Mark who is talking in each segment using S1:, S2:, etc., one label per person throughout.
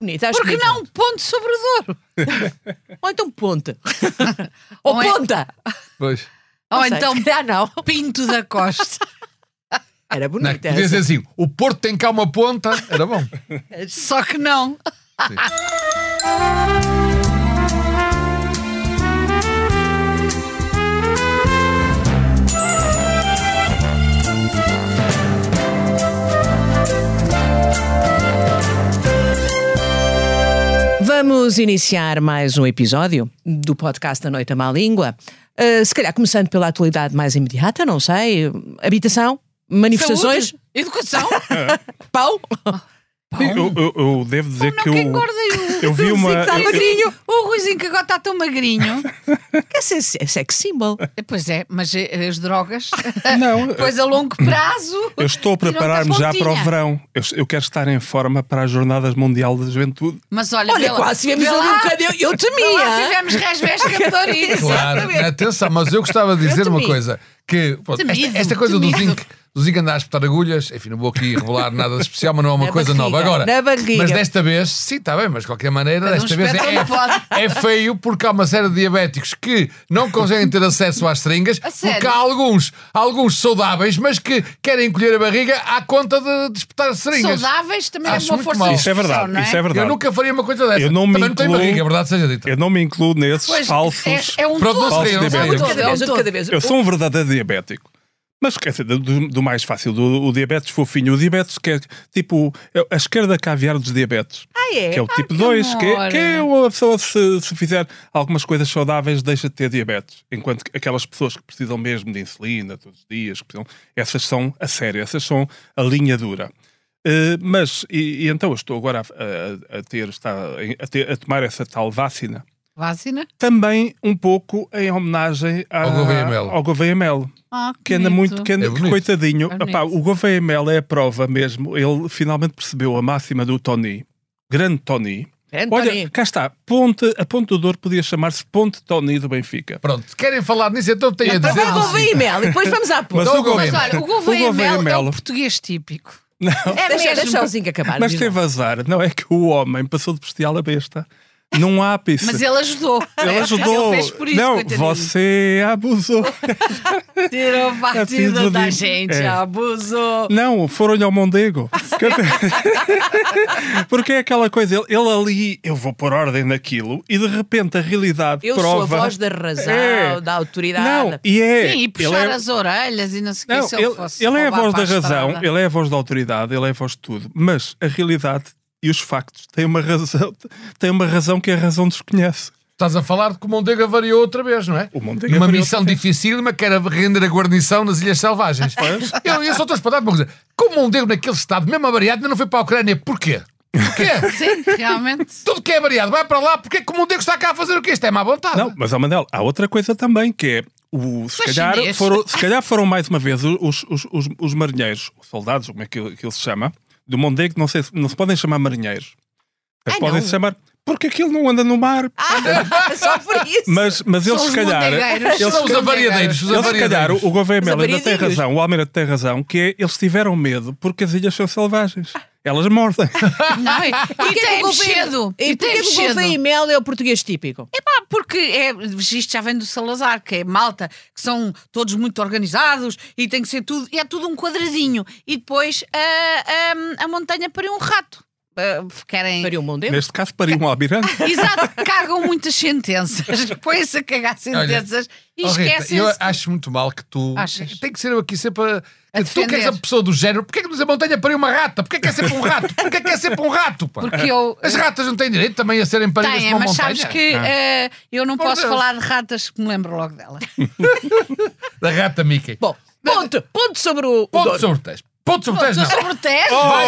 S1: bonito. Acho
S2: Porque
S1: bonito.
S2: não? Ponto sobre o Douro.
S1: Ou então ponte. Ou
S2: Ou é-
S1: ponta.
S3: Pois.
S2: Ou
S1: sei.
S2: então
S1: Ah, não.
S2: Pinto da Costa.
S1: Era
S3: Não,
S1: bonita.
S3: podias
S1: essa.
S3: dizer assim: o Porto tem cá uma ponta. Era bom.
S2: Só que não.
S1: Vamos iniciar mais um episódio do podcast da Noite à Má Língua. Ah, se calhar começando pela atualidade mais imediata, não sei. Habitação, manifestações,
S2: Saúde, educação.
S4: É,
S1: pau.
S4: Eu, eu- eu devo dizer
S2: Não
S4: que
S2: que
S4: eu,
S2: engorda.
S4: eu vi uma.
S2: Está
S4: eu-
S2: tá magrinho. O Ruizinho que agora está tão magrinho.
S1: Que é se- é sex symbol.
S2: Pois é, mas eh, as drogas.
S4: Não, eu,
S2: Pois a longo prazo.
S4: eu estou a
S2: tiram-te
S4: preparar-me já para o
S2: pontinha.
S4: verão. Eu, eu quero estar em forma para as Jornadas Mundial da Juventude.
S2: Mas olha, vê
S1: Olha,
S2: lá,
S1: quase tivemos
S2: vê
S1: ali um
S2: lá,
S1: bocadinho. Eu
S2: vê lá,
S1: temia.
S2: tivemos resvés captores.
S3: Claro, é atenção, mas eu gostava de dizer uma
S1: temido.
S3: coisa: que pronto,
S2: Temido,
S3: esta, esta coisa do
S2: temido.
S3: zinc, do zinc andar a espetar agulhas, enfim, não vou aqui revelar nada de especial, mas não é uma
S1: Na
S3: coisa
S1: barriga,
S3: nova. Agora,
S1: na barriga.
S3: mas desta vez, sim, está bem, mas de qualquer maneira,
S2: Cada um
S3: desta vez
S2: espeta onde pode.
S3: é, é feio porque há uma série de diabéticos que não conseguem ter acesso às seringas, porque
S2: sério?
S3: há alguns, alguns saudáveis, mas que querem encolher a barriga à conta de, de espetar seringas.
S2: Saudáveis também
S3: Acho
S2: é uma
S3: muito
S2: força
S3: mal.
S2: de
S4: Isso é verdade,
S2: expressão,
S4: isso é
S2: não
S3: Eu
S4: verdade.
S3: nunca faria uma coisa dessa.
S4: Eu não me
S3: Também não tenho
S4: incluo-
S3: barriga, é verdade seja dita.
S4: Eu não me incluo nesses
S2: Pois,
S4: falsos.
S2: é- é um
S3: Pronto, não
S2: todo.
S3: se riam, não se
S4: Falso
S3: riam.
S2: Um
S1: É
S2: de cada vez, um de cada
S1: vez.
S4: Eu sou um verdadeiro diabético. Mas quer dizer, do, do mais fácil, do, o diabetes fofinho. O diabetes que é tipo é a esquerda caviar dos diabetes.
S1: Ah, é?
S4: Que é o tipo
S2: que
S4: 2, que,
S2: amor.
S4: que é uma pessoa se, se fizer algumas coisas saudáveis deixa de ter diabetes. Enquanto que aquelas pessoas que precisam mesmo de insulina todos os dias, que precisam- essas são a sério, essas são a linha dura. Eh, mas, e, e então eu estou agora a, a- a ter, está, a, ter- a tomar essa tal vacina,
S2: Vacina.
S4: também um pouco em homenagem à-
S3: Ao Gouveia Melo.
S4: Ao Gouveia Melo
S2: Ah,
S4: que anda muito que anda-
S3: É bonito.
S4: coitadinho.
S2: É bonito.
S4: Epá, o Gouveia Melo é a prova mesmo. Ele finalmente percebeu a máxima do Tony. Grande Tony.
S1: Grande
S4: Olha,
S1: Tony.
S4: cá está. Ponte, a Ponte do Douro podia chamar-se Ponte Tony do Benfica.
S3: Pronto, se querem falar nisso, então tenho a dizer.
S1: Primeiro
S3: do
S1: vou ver
S3: zinc.
S1: e-mail e depois vamos à
S4: Mas
S1: ponta.
S3: Então,
S4: o Gouveia
S2: Mas olha, o
S4: O
S2: Gouveia
S4: Gouveia
S2: Melo é
S4: Melo.
S2: um português típico.
S1: É, deixa,
S2: mesmo.
S1: deixa o zinco
S2: Ah,
S1: acabar.
S4: Mas
S1: diz
S4: teve azar. Não é que o homem passou de bestial a besta. Num ápice.
S2: Mas ele ajudou.
S4: Ele ajudou.
S2: Ele fez por isso,
S4: não,
S2: coitadinho.
S4: você abusou.
S2: Tirou
S4: Atitude
S2: partido da
S4: de-
S2: gente,
S4: é.
S2: abusou.
S4: Não, foram-lhe ao Mondego. Quer dizer, Porque é aquela coisa, ele, ele ali, eu vou pôr ordem naquilo, e de repente a realidade
S1: Eu
S4: prova.
S1: sou a voz da razão,
S4: É.
S1: da autoridade.
S4: Não, e é.
S2: Sim, e puxar
S4: ele é,
S2: as orelhas e não sei o que
S4: não,
S2: se ele,
S4: ele,
S2: fosse
S4: ele é a
S2: roubar
S4: voz da
S2: para estrada.
S4: razão, ele é a voz da autoridade, ele é a voz de tudo. Mas a realidade e os factos têm uma razão, têm uma razão que a razão desconhece.
S3: Estás a falar de que o Mondego variou outra vez, não é?
S4: O Mondego
S3: Uma
S4: avariou
S3: missão
S4: outra
S3: dificílima que era render a guarnição nas Ilhas Selvagens. Eu, eu só estou espantado por uma coisa. Como o Mondego naquele estado, mesmo avariado, ainda não foi para a Ucrânia. Porquê? Porquê?
S2: Sim, realmente.
S3: Tudo que é avariado vai para lá. Porquê que o Mondego está cá a fazer o quê? Isto é má vontade.
S4: Não, mas, ó Manel, há outra coisa também que é. O, se,
S2: Mas
S4: calhar
S2: chinês.
S4: foram, se calhar foram mais uma vez os, os, os, os marinheiros, os soldados, como é que, ele- que ele se chama, do Mondego, não, sei, se- não se podem chamar marinheiros.
S1: Ai,
S4: podem se chamar. Porque aquilo não anda no mar.
S1: Ah, só por isso.
S4: Mas, mas eles
S2: São
S4: se
S2: os
S4: calhar.
S2: mondegueiros.
S4: Eles,
S3: São os avariadeiros. Os
S4: eles se calhar,
S3: avariadeiros.
S4: o Gouveia Melo ainda tem
S1: avariadeiros.
S4: razão, o Almirante tem razão, que é eles tiveram medo porque as ilhas são selvagens. Elas mordem.
S2: Não, e e
S1: Porquê que
S2: tem
S1: o Gouveia-
S2: cedo.
S1: E
S2: E
S1: porquê
S2: tem
S1: que o Gouveia
S2: cedo.
S1: e-mail é o português típico?
S2: Pá, porque é, isto já vem do Salazar, que é malta, que são todos muito organizados e tem que ser tudo, e é tudo um quadradinho. E depois a, a, a montanha pariu um rato. Ah, querem.
S1: Para o mundo é?
S4: Neste caso, pariu um almirante.
S2: Exato, cagam muitas sentenças, põem-se a cagar sentenças e
S3: Oh, Rita,
S2: esquecem-se.
S3: eu acho muito mal que tu.
S2: Achas?
S3: Tem que ser eu aqui sempre. A... que tu
S2: defender.
S3: queres a pessoa do género. Porquê que nos a montanha pariu uma rata? Porquê que é sempre um rato? Porquê que é sempre um rato? Pá?
S2: Porque eu.
S3: As ratas não têm direito também a serem paridas
S2: Tem,
S3: por uma
S2: mas
S3: montanha.
S2: sabes que eh, eu não
S3: Por
S2: posso
S3: Deus.
S2: falar de ratas que me lembro logo dela.
S3: Da rata Mickey.
S1: Bom, ponto, ponto sobre o. o
S3: Ponto
S1: Douro.
S3: sobre o texto. Ponto sobre o texto, não. Oh!
S2: Sobre o teste,
S3: Vai,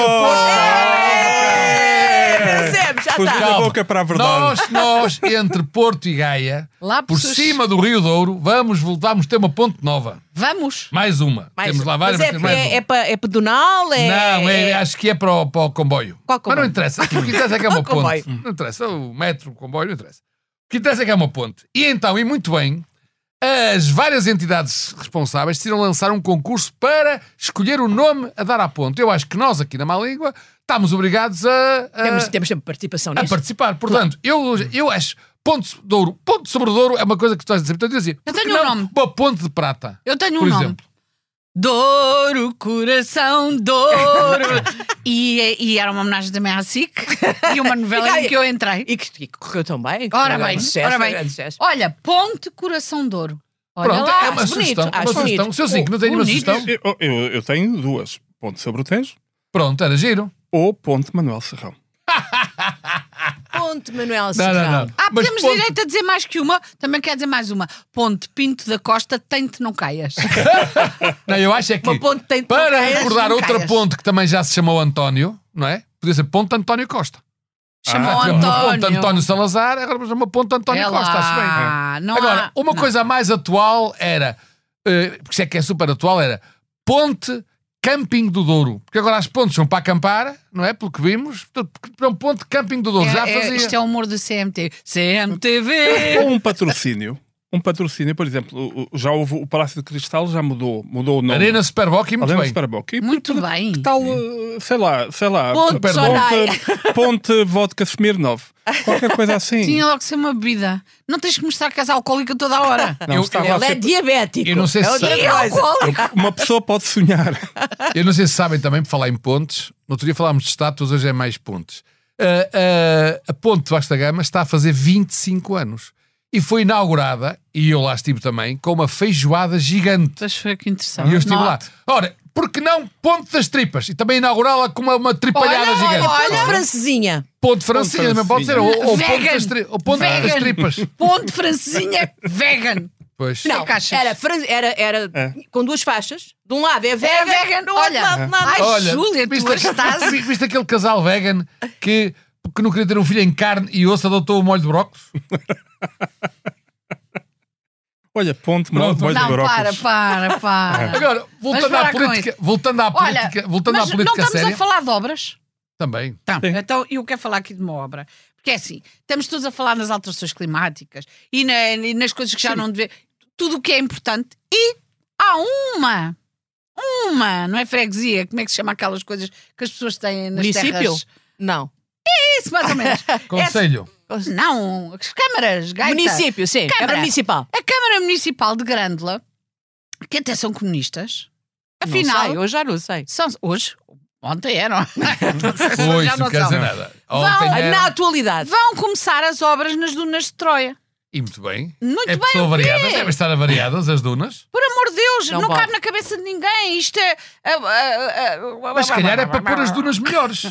S1: Percebe, já tá.
S4: Foi
S1: está.
S4: da
S3: Calma.
S4: boca para a verdade.
S3: Nós, nós, entre Porto e Gaia,
S2: Lá
S3: por
S2: pessoas-
S3: cima do Rio Douro, vamos voltar, vamos ter uma ponte nova.
S2: vamos.
S3: Mais uma.
S1: Mais
S3: Temos
S1: um.
S3: lá várias,
S1: Mas
S3: mas
S1: é,
S3: temos mais
S1: é,
S3: uma.
S1: é, pa- é pedonal? É,
S3: Não, é- acho que é para o, para o comboio.
S1: Qual comboio?
S3: Mas não interessa. O que interessa é que é
S1: O
S3: uma
S1: comboio.
S3: ponte. Não interessa. O metro, o comboio, não interessa. O que interessa é que é uma ponte. E então, e muito bem, as várias entidades responsáveis decidiram lançar um concurso para escolher o nome a dar à ponte. Eu acho que nós, aqui na Má Língua, estamos obrigados a, a-
S1: Temos, temos sempre participação
S3: a
S1: nisso.
S3: participar. Portanto, eu, eu acho. Ponto de ouro. Ponto sobre ouro é uma coisa que tu estás a dizer. Portanto, eu dizia. por que
S2: tenho um
S3: não
S2: nome.
S3: Uma ponte de prata.
S2: Eu tenho um
S3: Por
S2: nome.
S3: exemplo.
S2: Douro, coração, Douro. e, e era uma homenagem também à SIC e uma novela em que eu entrei.
S1: E que, e que correu tão bem. que
S2: Ora
S1: foi um
S2: bem,
S1: sucesso,
S2: ora
S1: grande
S2: bem.
S1: sucesso.
S2: Olha, Ponte Coração de Ouro. Olha
S3: Pronto,
S2: lá,
S3: é uma
S1: acho bonito,
S3: sugestão.
S1: acho
S3: uma sugestão.
S1: bonito.
S3: Seu Zinco, não tem nenhuma
S2: Oh, bonito.
S3: sugestão?
S4: Eu, eu- eu tenho duas. Ponte sobre o Tejo
S3: Pronto, era giro.
S4: ou Ponte Manuel Serrão.
S1: Ponte Manuel
S3: Não,
S1: Serrão.
S3: não, não.
S2: Ah,
S3: Mas
S2: temos
S3: ponte-
S2: direito a dizer mais que uma, também quer dizer mais uma. Ponte Pinto da Costa, tem-te não caias.
S3: Não, eu acho é que.
S1: Uma ponte tem de
S3: Para
S1: tocar.
S3: recordar
S2: não
S3: outra
S2: caias.
S3: ponte que também já se chamou António, não é? Podia ser Ponte António Costa.
S2: Chamou
S3: Ah, tivemos Uma ponte
S2: António.
S3: António Salazar, agora vamos a uma ponte António
S2: É
S3: Costa, acho bem.
S2: lá, não
S3: Agora,
S2: há-
S3: uma
S2: não.
S3: coisa mais atual era, eh, porque isso é que é super atual, era ponte camping do Douro. Porque agora as pontes são para acampar, não é? Pelo que vimos, portanto, é um ponte camping do Douro.
S2: É-
S3: Já
S2: é-
S3: fazia.
S2: isto é o humor do CMT. CMTV!
S4: Ou um patrocínio. Um patrocínio, por exemplo, o- o- já houve o Palácio de Cristal, já mudou, mudou o nome.
S3: Arena Superboc e muito
S4: Arena
S3: bem.
S4: Superboc. E,
S2: Muito
S4: portanto,
S2: bem.
S4: Que tal, é eh, sei lá, sei lá.
S1: Ponte Sonaia.
S4: ponte, ponte Vodka Smirnov. Qualquer coisa assim.
S2: Tinha logo que ser uma bebida. Não tens que mostrar que és alcoólica toda a hora.
S4: Não,
S3: Eu-
S4: estava a
S1: Ele é
S4: ser-
S1: diabético.
S3: Eu não sei
S1: é
S3: se
S1: outra
S3: sabe.
S1: coisa.
S4: Uma pessoa pode sonhar.
S3: Eu não sei se sabem também, por falar em pontes, no outro dia falámos de estátuas, hoje é mais pontes. Ah, ah, a ponte de Vasta Gama está a fazer 25 anos. E foi inaugurada, e eu lá estive também, com uma feijoada gigante.
S2: Mas foi que interessante.
S3: E eu estive lá.
S2: Note.
S3: Ora, por que não Ponte das Tripas? E também inaugurá-la com uma, uma tripalhada
S2: Olha,
S3: gigante.
S2: olha,
S1: Ponte francesinha.
S3: Ponte francesa,
S4: Ponte
S3: também pode ser.
S4: francesinha.
S3: Ou, ou Ponte
S2: Vegan.
S3: das, tri- ou ponte das
S2: Vegan.
S3: Tripas.
S2: Ponte francesinha vegan.
S3: Pois.
S1: Não,
S2: que achas?
S1: era, fran- era, era
S4: É.
S1: com duas faixas. De um lado é vegan,
S2: vegan,
S1: do outro
S2: olha.
S1: lado nada.
S2: Ai,
S3: Olha,
S2: Júlia, tu
S3: viste,
S2: estás-
S3: vi- viste aquele casal vegan que, que não queria ter um filho em carne e osso adotou o molho de brócolis?
S4: Olha, ponte Manuel
S3: Pronto.
S4: Boy de
S2: Não, para,
S4: Barocos.
S2: para, para.
S3: Agora, voltando à
S2: parar com
S3: política, voltando à
S2: Olha,
S3: política, voltando à
S2: mas não
S3: política
S2: estamos
S3: séria,
S2: a falar de obras.
S3: também.
S2: Então,
S4: Sim.
S2: então, eu quero falar aqui de uma obra. Porque é assim, estamos todos a falar nas alterações climáticas e, na- e nas coisas que já não devemos. Tudo o que é importante. E há uma. Uma, não é freguesia? Como é que se chama aquelas coisas que as pessoas têm nas
S1: Município?
S2: terras?
S1: Não.
S2: Isso, mais ou menos.
S3: Conselho.
S2: Essa- não, as câmaras, gaita.
S1: Município, sim.
S2: Câmara.
S1: Câmara municipal.
S2: A Câmara Municipal de Grândola, que até são comunistas,
S1: não
S2: afinal,
S1: sei, eu já não sei.
S2: são hoje, ontem eram,
S3: Pois,
S2: já
S3: não
S2: não
S3: quer
S2: são. Ah,
S3: dizer nada. Ontem era-
S1: Ah, Na atualidade.
S2: vão começar as obras nas dunas de Troia.
S3: E muito bem.
S2: Muito
S3: é
S2: bem,
S3: pessoa
S2: o quê?
S3: variadas, devem estar variadas as dunas.
S2: Por amor de Deus,
S1: Não
S2: não,
S1: pode.
S2: cabe na cabeça de ninguém. Isto é.
S3: Mas se calhar é para pôr as dunas melhores.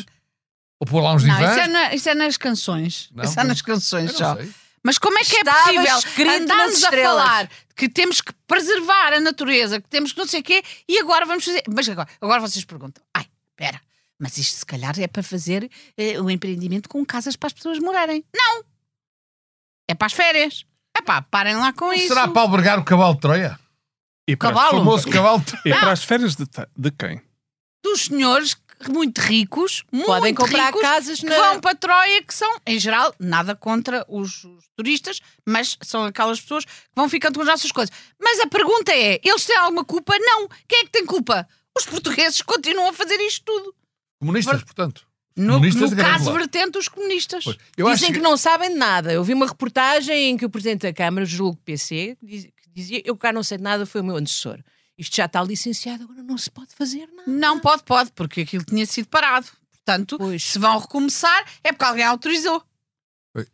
S3: Ou pôr lá uns
S2: Não,
S3: divãs.
S2: isso é, na- isso é nas canções.
S3: Não?
S2: isso é nas
S3: Eu
S2: canções
S3: não
S2: só.
S3: sei.
S2: Mas como é que
S1: Estava
S2: é possível
S1: escrito nas
S2: andarmos a
S1: estrelas.
S2: falar que temos que preservar a natureza, que temos que não sei o quê, e agora vamos fazer. Mas agora, agora vocês perguntam: ai, espera, mas isto se calhar é para fazer eh, um empreendimento com casas para as pessoas morarem. Não! É para as férias. É pá, parem lá com isso. é
S3: Será para albergar o cavalo de Troia?
S4: E para,
S3: O
S2: Cavalo?
S3: famoso cavalo de Troia.
S4: e para as férias de, ta- de quem?
S2: dos senhores muito ricos, muito
S1: Podem comprar
S2: ricos,
S1: casas
S2: que
S1: na-
S2: vão para Troia, que são, em geral, nada contra os, os turistas, mas são aquelas pessoas que vão ficando com as nossas coisas. Mas a pergunta é: eles têm alguma culpa? Não. Quem é que tem culpa? Os portugueses continuam a fazer isto tudo.
S3: Comunistas, portanto.
S2: No,
S3: Comunistas é
S2: no
S3: de
S2: caso
S3: Grândola.
S2: vertente, os comunistas.
S3: Pois. Eu acho
S1: Dizem que não sabem de nada. Eu vi uma reportagem em que o Presidente da Câmara, julgo PC, diz- que dizia: Eu cá não sei de nada, foi o meu antecessor. Isto já está licenciado, agora não se pode fazer nada.
S2: Não pode, pode, porque aquilo tinha sido parado. Portanto,
S1: Pois.
S2: se vão recomeçar, é porque alguém autorizou.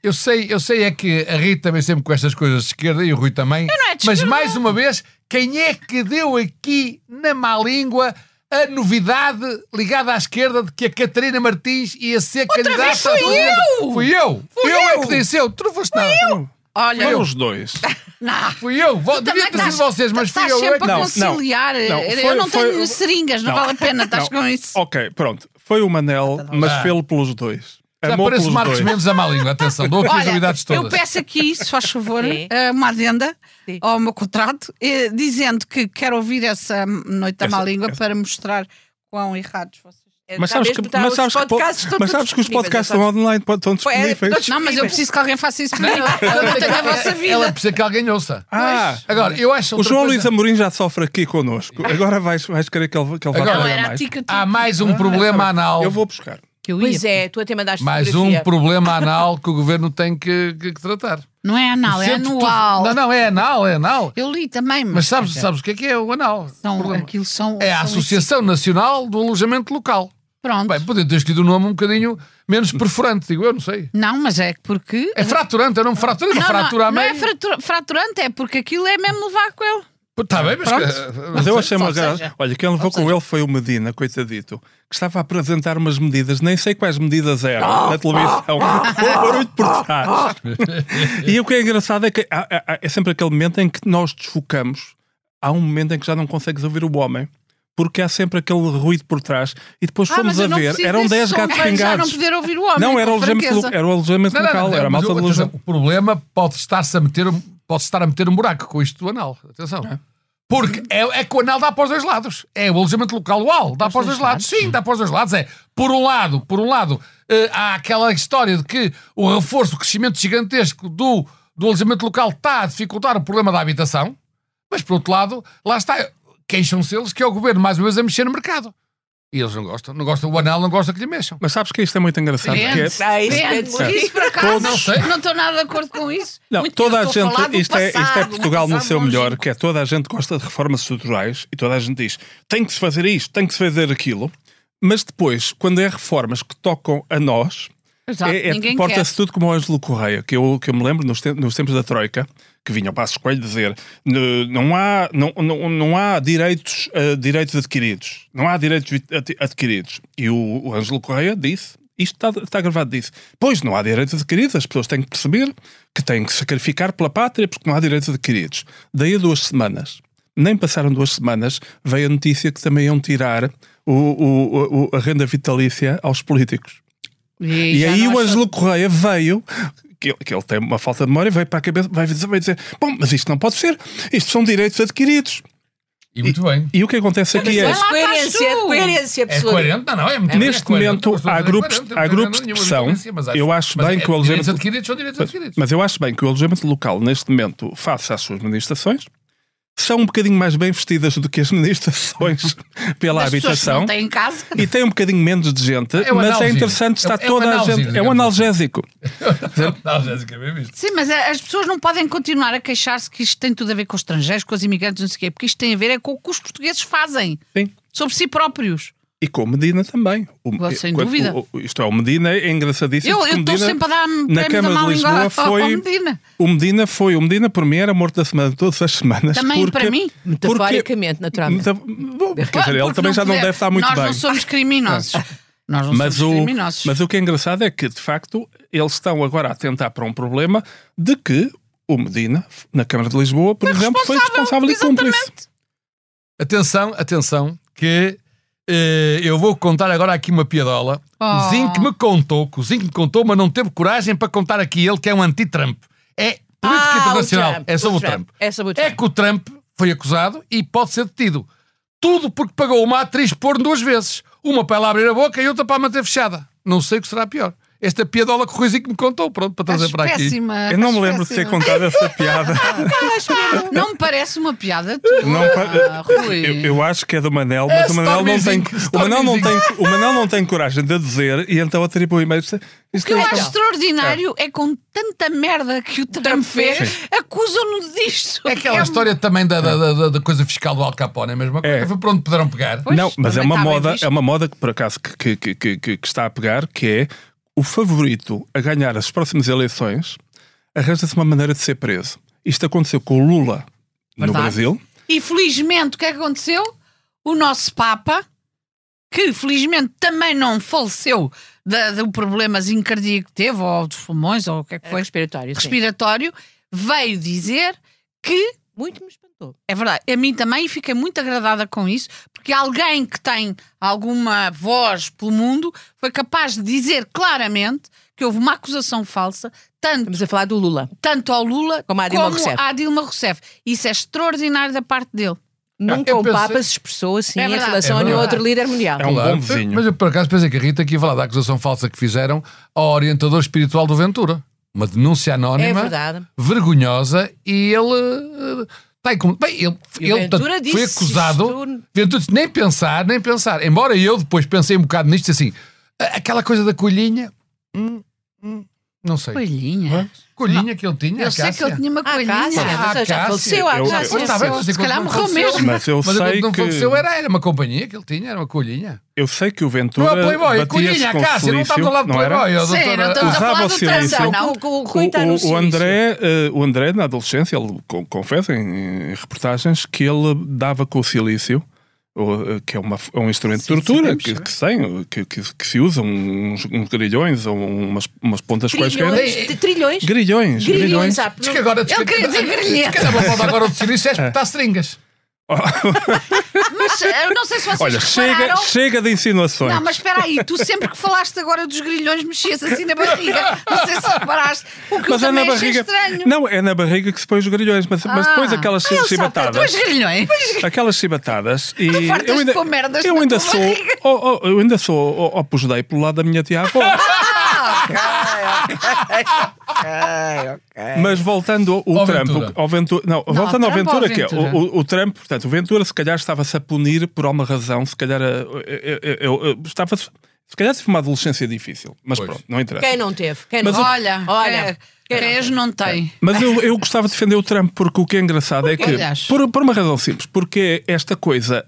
S3: Eu sei, eu sei é que a Rita também sempre com estas coisas de esquerda e o Rui também.
S2: não é de
S3: mas
S2: esquerda.
S3: mais uma vez, quem é que deu aqui na má língua a novidade ligada à esquerda de que a Catarina Martins ia ser candidata
S2: vez fui
S3: a presidente?
S2: eu!
S3: Fui eu! Fui eu! é que disse eu! Tu não foste nada!
S2: Olha,
S4: Foram os dois.
S2: não.
S3: Fui eu! Vou-
S2: Também
S3: Devia ter sido
S2: estás-
S3: vocês, mas fui
S2: estás
S3: eu! eu é
S2: sempre
S3: que-
S2: a
S4: Não, não.
S2: conciliar.
S4: Não, foi-
S2: eu não tenho
S4: foi-
S2: seringas, não,
S4: Não.
S2: vale a pena, estás
S4: Não.
S2: com isso.
S4: Ok, pronto. Foi o Manel,
S2: Tá,
S4: mas fê-lo pelos dois.
S3: Ah. Já
S4: Amou
S3: parece
S4: pelos
S3: Marcos
S4: dois.
S3: Mendes a má língua, atenção, dou aqui as
S2: Olha,
S3: novidades
S2: eu
S3: todas.
S2: peço aqui, se faz favor,
S1: Sim.
S2: eh, uma adenda
S1: Sim.
S2: ao meu contrato, eh, dizendo que quero ouvir essa noite da
S4: Essa-
S2: má língua
S4: essa.
S2: para mostrar quão errados vocês
S1: É,
S4: Mas sabes, que,
S2: tá
S4: mas, sabes que, po- mas sabes que os podcasts
S2: é
S4: estão online, po- estão
S1: Foi- era-
S4: disponíveis.
S1: todos-
S2: Eh, Não, mas eu preciso que alguém faça isso para mim. Eu não tenho a vossa
S3: Ela
S2: vida.
S3: precisa que alguém ouça.
S4: Ah,
S3: Agora, eu acho
S4: o
S3: outra
S4: João
S3: coisa-
S4: Luís Amorim já sofre aqui connosco. Agora vais, vais querer que ele, que ele vá
S3: Agora-
S2: Não,
S4: trabalhar
S2: era a
S4: mais.
S2: ti que eu tinha.
S3: Há mais um
S4: Ah,
S3: problema
S4: tá bem.
S3: anal.
S4: Eu vou buscar.
S2: que eu ia.
S1: Pois é, tu até mandaste
S3: Mais um
S1: fotografia.
S3: problema anal que o governo tem que, que- que tratar.
S2: Não é anal, é
S3: Sempre tu-
S2: anual.
S3: Não, não, é anal, é anal.
S2: Eu li também, mas,
S3: Mas sabes,
S2: quer dizer,
S3: sabes o que é que é o anal?
S2: são,
S3: O problema.
S2: aquilo são...
S3: É a
S2: são
S3: Associação Nacional do Alojamento Local.
S2: esse- Pronto.
S3: Bem, podia ter escolhido um nome um bocadinho menos perforante, digo eu, não sei.
S2: Não, mas é porque...
S3: É fraturante, é um fraturante, uma
S2: Não,
S3: fratura
S2: não,
S3: a
S2: não
S3: meio.
S2: é fratura- fraturante, é porque aquilo é mesmo levar com ele.
S3: Está Tá bem, mas...
S4: Mas eu achei
S2: Ou
S4: uma
S2: seja-
S4: graça. Olha, quem levou com ele foi o Medina, coitadito, que estava a apresentar umas medidas, nem sei quais medidas
S2: Oh!
S4: eram, na televisão, com o barulho por trás. e o que é engraçado é que há- há- há- é sempre aquele momento em que nós desfocamos, há um momento em que já não consegues ouvir o homem. Porque há sempre aquele ruído por trás e depois
S2: Ah, mas
S4: fomos
S2: eu
S4: a
S2: não
S4: ver,
S2: preciso
S4: eram
S2: desse
S4: 10
S2: som
S4: gatos
S2: para já não
S4: pingados.
S2: poder ouvir o homem,
S4: Não, era o
S2: com
S4: alojamento,
S2: franqueza.
S4: lo- era o alojamento
S3: Não, não,
S4: local,
S3: não,
S4: era a
S3: mas
S4: malta de
S3: o-
S4: lojamento.
S3: atenção, O problema pode estar-se a meter, um- pode estar a meter um buraco com isto do anal. Atenção. Porque é, é que o anal dá para os dois lados. É o alojamento local dual, dá para os dois lados. Sim, dá para os dois lados. É, por um lado, por um lado, eh, há aquela história de que o reforço, o crescimento gigantesco do, do alojamento local está a dificultar o problema da habitação, mas por outro lado, lá está, queixam-se eles que é o governo mais uma vez a mexer no mercado. E eles não gostam, não gostam, o anal não gosta que lhe mexam.
S4: Mas sabes que isto é muito engraçado?
S2: Gente,
S4: porque é-
S1: Ah, isso é
S2: Depende.
S1: de-
S2: Isso por acaso,
S4: Todos-
S2: não estou nada de acordo com isso.
S4: Não,
S2: Muito
S4: toda a
S2: eu estou
S4: gente,
S2: falar do
S4: isto, é, isto é
S2: passado,
S4: Portugal no
S2: passado
S4: seu
S2: longínquo.
S4: melhor, que é toda a gente gosta de reformas estruturais e toda a gente diz tem que se fazer isto, tem que se fazer aquilo, mas depois, quando é reformas que tocam a nós,
S2: Exato,
S4: é, é,
S2: ninguém
S4: porta-se tudo como o Ângelo Correia, que eu, que eu me lembro nos, tem- nos tempos da Troika, que vinha ao Passo Coelho dizer "N- não há, não, não, não há direitos, eh, direitos adquiridos, não há direitos vi- ad- adquiridos. E o, o Ângelo Correia disse, isto está, está gravado, disse, pois não há direitos adquiridos, as pessoas têm que perceber que têm que sacrificar pela pátria porque não há direitos adquiridos. Daí a duas semanas, nem passaram duas semanas, veio a notícia que também iam tirar o- o- o- a renda vitalícia aos políticos.
S2: quer.
S4: E,
S2: já
S4: aí
S2: não
S4: o
S2: acho-
S4: Ângelo Correia veio, que ele, que ele tem uma falta de memória, veio para a cabeça, vai dizer, vai dizer: Bom, mas isto não pode ser, isto são direitos adquiridos.
S3: E muito bem.
S4: E o que acontece aqui é.
S1: Mas
S2: lá estás tu.
S1: coerência, coerência,
S3: É
S1: pessoa.
S3: 40, não, é muito
S4: Neste momento, há
S3: é
S4: grupos- há grupos de pressão. Eu acho bem que
S3: Alexandre.
S4: o
S3: é Direitos
S4: alojamento-
S3: adquiridos são direitos adquiridos.
S4: Mas eu acho bem que o alojamento local, neste momento, face às suas manifestações, são um bocadinho mais bem vestidas do que as manifestações pela
S2: As pessoas que
S4: habitação.
S2: Não têm em casa.
S4: E tem um bocadinho menos de gente,
S3: É um
S4: mas é
S3: analgésico.
S4: interessante, está
S3: É um- é um
S4: toda a
S3: analgésico,
S4: gente. É um
S2: assim.
S3: digamos
S4: analgésico.
S3: Não, Jéssica, é bem visto.
S2: Sim, mas a- as pessoas não podem continuar a queixar-se que isto tem tudo a ver com os estrangeiros, com os imigrantes, não sei o quê, porque isto tem a ver é com o que os portugueses fazem
S4: Sim.
S2: sobre si próprios.
S4: E com o Medina também. O-
S2: Sem
S4: quando-
S2: dúvida.
S4: o- o- isto é, o Medina é engraçadíssimo.
S2: Eu
S4: porque o
S2: eu estou
S4: Medina-
S2: sempre a dar
S4: na
S2: prémio da
S4: Câmara
S2: má
S4: de
S2: língua
S4: Lisboa
S2: ao- ao
S4: foi
S2: Medina.
S4: o Medina foi o Medina por mim era morto da semana todas as semanas
S2: Também
S4: porque,
S2: para mim.
S1: Metaforicamente, naturalmente.
S4: Meta- bom, quer dizer, ele
S2: Porque
S4: também já não
S2: puder-
S4: deve estar muito
S2: Nós
S4: bem Ah.
S2: não somos criminosos. Nós não
S4: mas
S2: somos
S4: o,
S2: criminosos.
S4: mas o que é engraçado é que, de facto, eles estão agora a atentar para um problema de que o Medina, na Câmara de Lisboa, por exemplo, foi responsável e cúmplice.
S3: Atenção, atenção, que eh, eu vou contar agora aqui uma piadola. O
S2: Oh.
S3: Zinc me contou, que o Zinc me contou, mas não teve coragem para contar aqui ele, que é um anti-Trump. É política
S1: Ah, o
S3: internacional.
S1: Trump,
S3: é sobre o Trump.
S1: É sobre o Trump.
S3: É que o Trump foi acusado e pode ser detido. Tudo porque pagou uma atriz porno duas vezes. Uma para ela abrir a boca e outra para a manter fechada. Não sei o que será pior. Esta é piadola que o Ruizinho me contou, pronto, para trazer
S2: Acho
S3: para aqui.
S2: péssima,
S4: Eu não me
S2: acho
S4: lembro de ter
S2: péssima.
S4: contado essa piada.
S2: Ah, Não me parece uma piada tua,
S4: Não pa-
S2: ah, Rui. Ah,
S4: Eu, eu acho que é do Manel,
S3: É
S4: mas o Manel não tem,
S3: Stormyzinho,
S4: o Manel não tem, o Manel não tem coragem de dizer e então atribui mas isto-
S2: O
S4: isto
S2: que eu
S4: é-
S2: acho extraordinário é com tanta merda que o Trump fez, acusam-no disto. um-
S3: É aquela história também da, da, da- da coisa fiscal do Al Capone, é a mesma coisa.
S4: É.
S3: Foi para onde poderão pegar.
S2: Pois,
S4: não, mas é
S2: também
S4: uma
S2: está bem
S4: moda,
S2: visto.
S4: é uma moda que por acaso que, que- que- que- que está a pegar, que é o favorito a ganhar as próximas eleições arranja-se uma maneira de ser preso. Isto aconteceu com o Lula no
S2: Verdade.
S4: Brasil.
S2: E felizmente o que é que aconteceu? O nosso Papa, que felizmente também não faleceu da- do problema cardíaco que teve, ou dos pulmões, ou o que é que
S1: Foi
S2: foi,
S1: respiratório, sim.
S2: respiratório, veio dizer que
S1: Muito me espantou.
S2: É verdade. A mim também e fiquei muito agradada com isso, porque alguém que tem alguma voz pelo mundo foi capaz de dizer claramente que houve uma acusação falsa, tanto,
S1: Estamos a falar do Lula.
S2: tanto ao Lula
S1: Como à Dilma Rousseff.
S2: à Dilma Rousseff. Isso é extraordinário da parte dele.
S1: Nunca
S3: eu
S1: um
S3: pensei-
S1: Papa se expressou assim
S2: É
S1: em
S2: verdade.
S1: relação
S3: É
S1: a nenhum
S2: verdade.
S1: outro líder mundial.
S4: É um
S3: Claro.
S4: bom vizinho.
S3: Mas eu por acaso pensei que a Rita aqui ia falar da acusação falsa que fizeram ao orientador espiritual do Ventura. Uma denúncia
S1: É
S3: anónima,
S1: verdade.
S3: vergonhosa, e ele. eh, Está aí como. Bem, ele,
S1: E o
S3: ele, portanto,
S1: Ventura
S3: foi
S1: disse
S3: acusado.
S1: isto-
S3: Ventura disse, nem pensar, nem pensar. Embora eu depois pensei um bocado nisto assim. "Ah, a- aquela coisa da colhinha. Hum, hum, não sei.
S2: Coelhinha.
S3: Colhinha que ele tinha,
S2: Eu
S3: a
S2: sei que ele tinha uma
S1: Ah,
S2: coelhinha.
S1: Cássia,
S3: Ah,
S1: mas já
S3: Cássia.
S1: faleceu, ah,
S4: Eu-
S1: já
S4: Pois
S3: Pois está bem,
S1: faleceu.
S3: mas enquanto
S2: calhar
S3: não
S2: morreu
S3: faleceu-
S2: mesmo.
S4: Mas eu
S3: Mas
S4: sei
S3: enquanto não faleceu,
S4: que.
S3: era, era uma companhia que ele tinha, era uma colhinha.
S4: Eu sei que o Ventura.
S3: Não é Playboy,
S4: batia-se
S3: colhinha,
S4: com
S3: Cássio, não estamos
S4: Felício,
S3: ao lado do
S4: não era?
S3: Playboy, ó,
S2: Sim, não
S3: doutora.
S2: estamos a
S4: Usava
S2: falar
S4: o
S2: do
S4: silêncio.
S2: Tarzan.
S1: Não,
S2: não.
S1: o, o, o
S4: O,
S1: Rui está
S4: o-
S1: no
S4: o
S1: silêncio.
S4: André, eh, o André, na adolescência, ele co- confessa em, em reportagens que ele dava com o silício, ou, eh, que é, uma, é um instrumento de tortura que,
S2: é?
S4: que se tem, que, que- que se usa, um, uns, uns grilhões ou um, umas, umas pontas quaisquer.
S1: Trilhões, de- trilhões.
S4: Grilhões,
S1: Grilhões,
S4: grilhões.
S1: ah,
S3: Diz que é- agora.
S2: Ele queria dizer
S3: Que
S2: grilhete.
S3: era uma falta agora de silício é espetar seringas.
S2: Mas eh, eu não sei se vocês
S4: Olha, chega,
S2: repararam.
S4: chega de insinuações.
S2: Não, mas espera aí, tu sempre que falaste agora dos grilhões mexias assim na barriga. Não sei se reparaste. O que
S4: Mas
S2: eu
S4: é na
S2: também achei
S4: barriga.
S2: estranho.
S4: Não, é na barriga que se põe os grilhões, mas, mas depois
S2: Ah.
S4: aquelas
S2: Ah, ele sabe
S4: chibatadas.
S2: Depois grilhões.
S4: aquelas chibatadas e
S2: fartas
S4: eu ainda,
S2: de pôr merdas
S4: eu
S2: na
S4: ainda
S2: tua
S4: sou
S2: barriga.
S4: oh, oh, eu ainda sou oh, opus dei pelo lado da minha tia avó mas voltando ao
S3: Ao
S4: Trump
S3: Ventura.
S4: ao Ventura não, voltando ao
S2: Trump
S4: Ventura,
S2: ou ao
S4: que é,
S2: Ventura?
S4: o, o- o Trump portanto o Ventura se calhar estava-se a punir por alguma razão se calhar eh, a- eu- eu- eu- eu- estava-se se calhar teve uma adolescência difícil mas
S3: Pois.
S4: pronto não interessa
S1: Quem não teve? Quem
S4: Mas
S1: não...
S4: o-
S2: Olha, é.
S1: Olha,
S2: olha.
S1: quem não
S2: Queijo não tem.
S4: Mas eu, eu gostava de defender o Trump, porque o que é engraçado é
S2: quê?
S4: que.
S2: Aliás.
S4: Por, por uma razão simples, porque esta coisa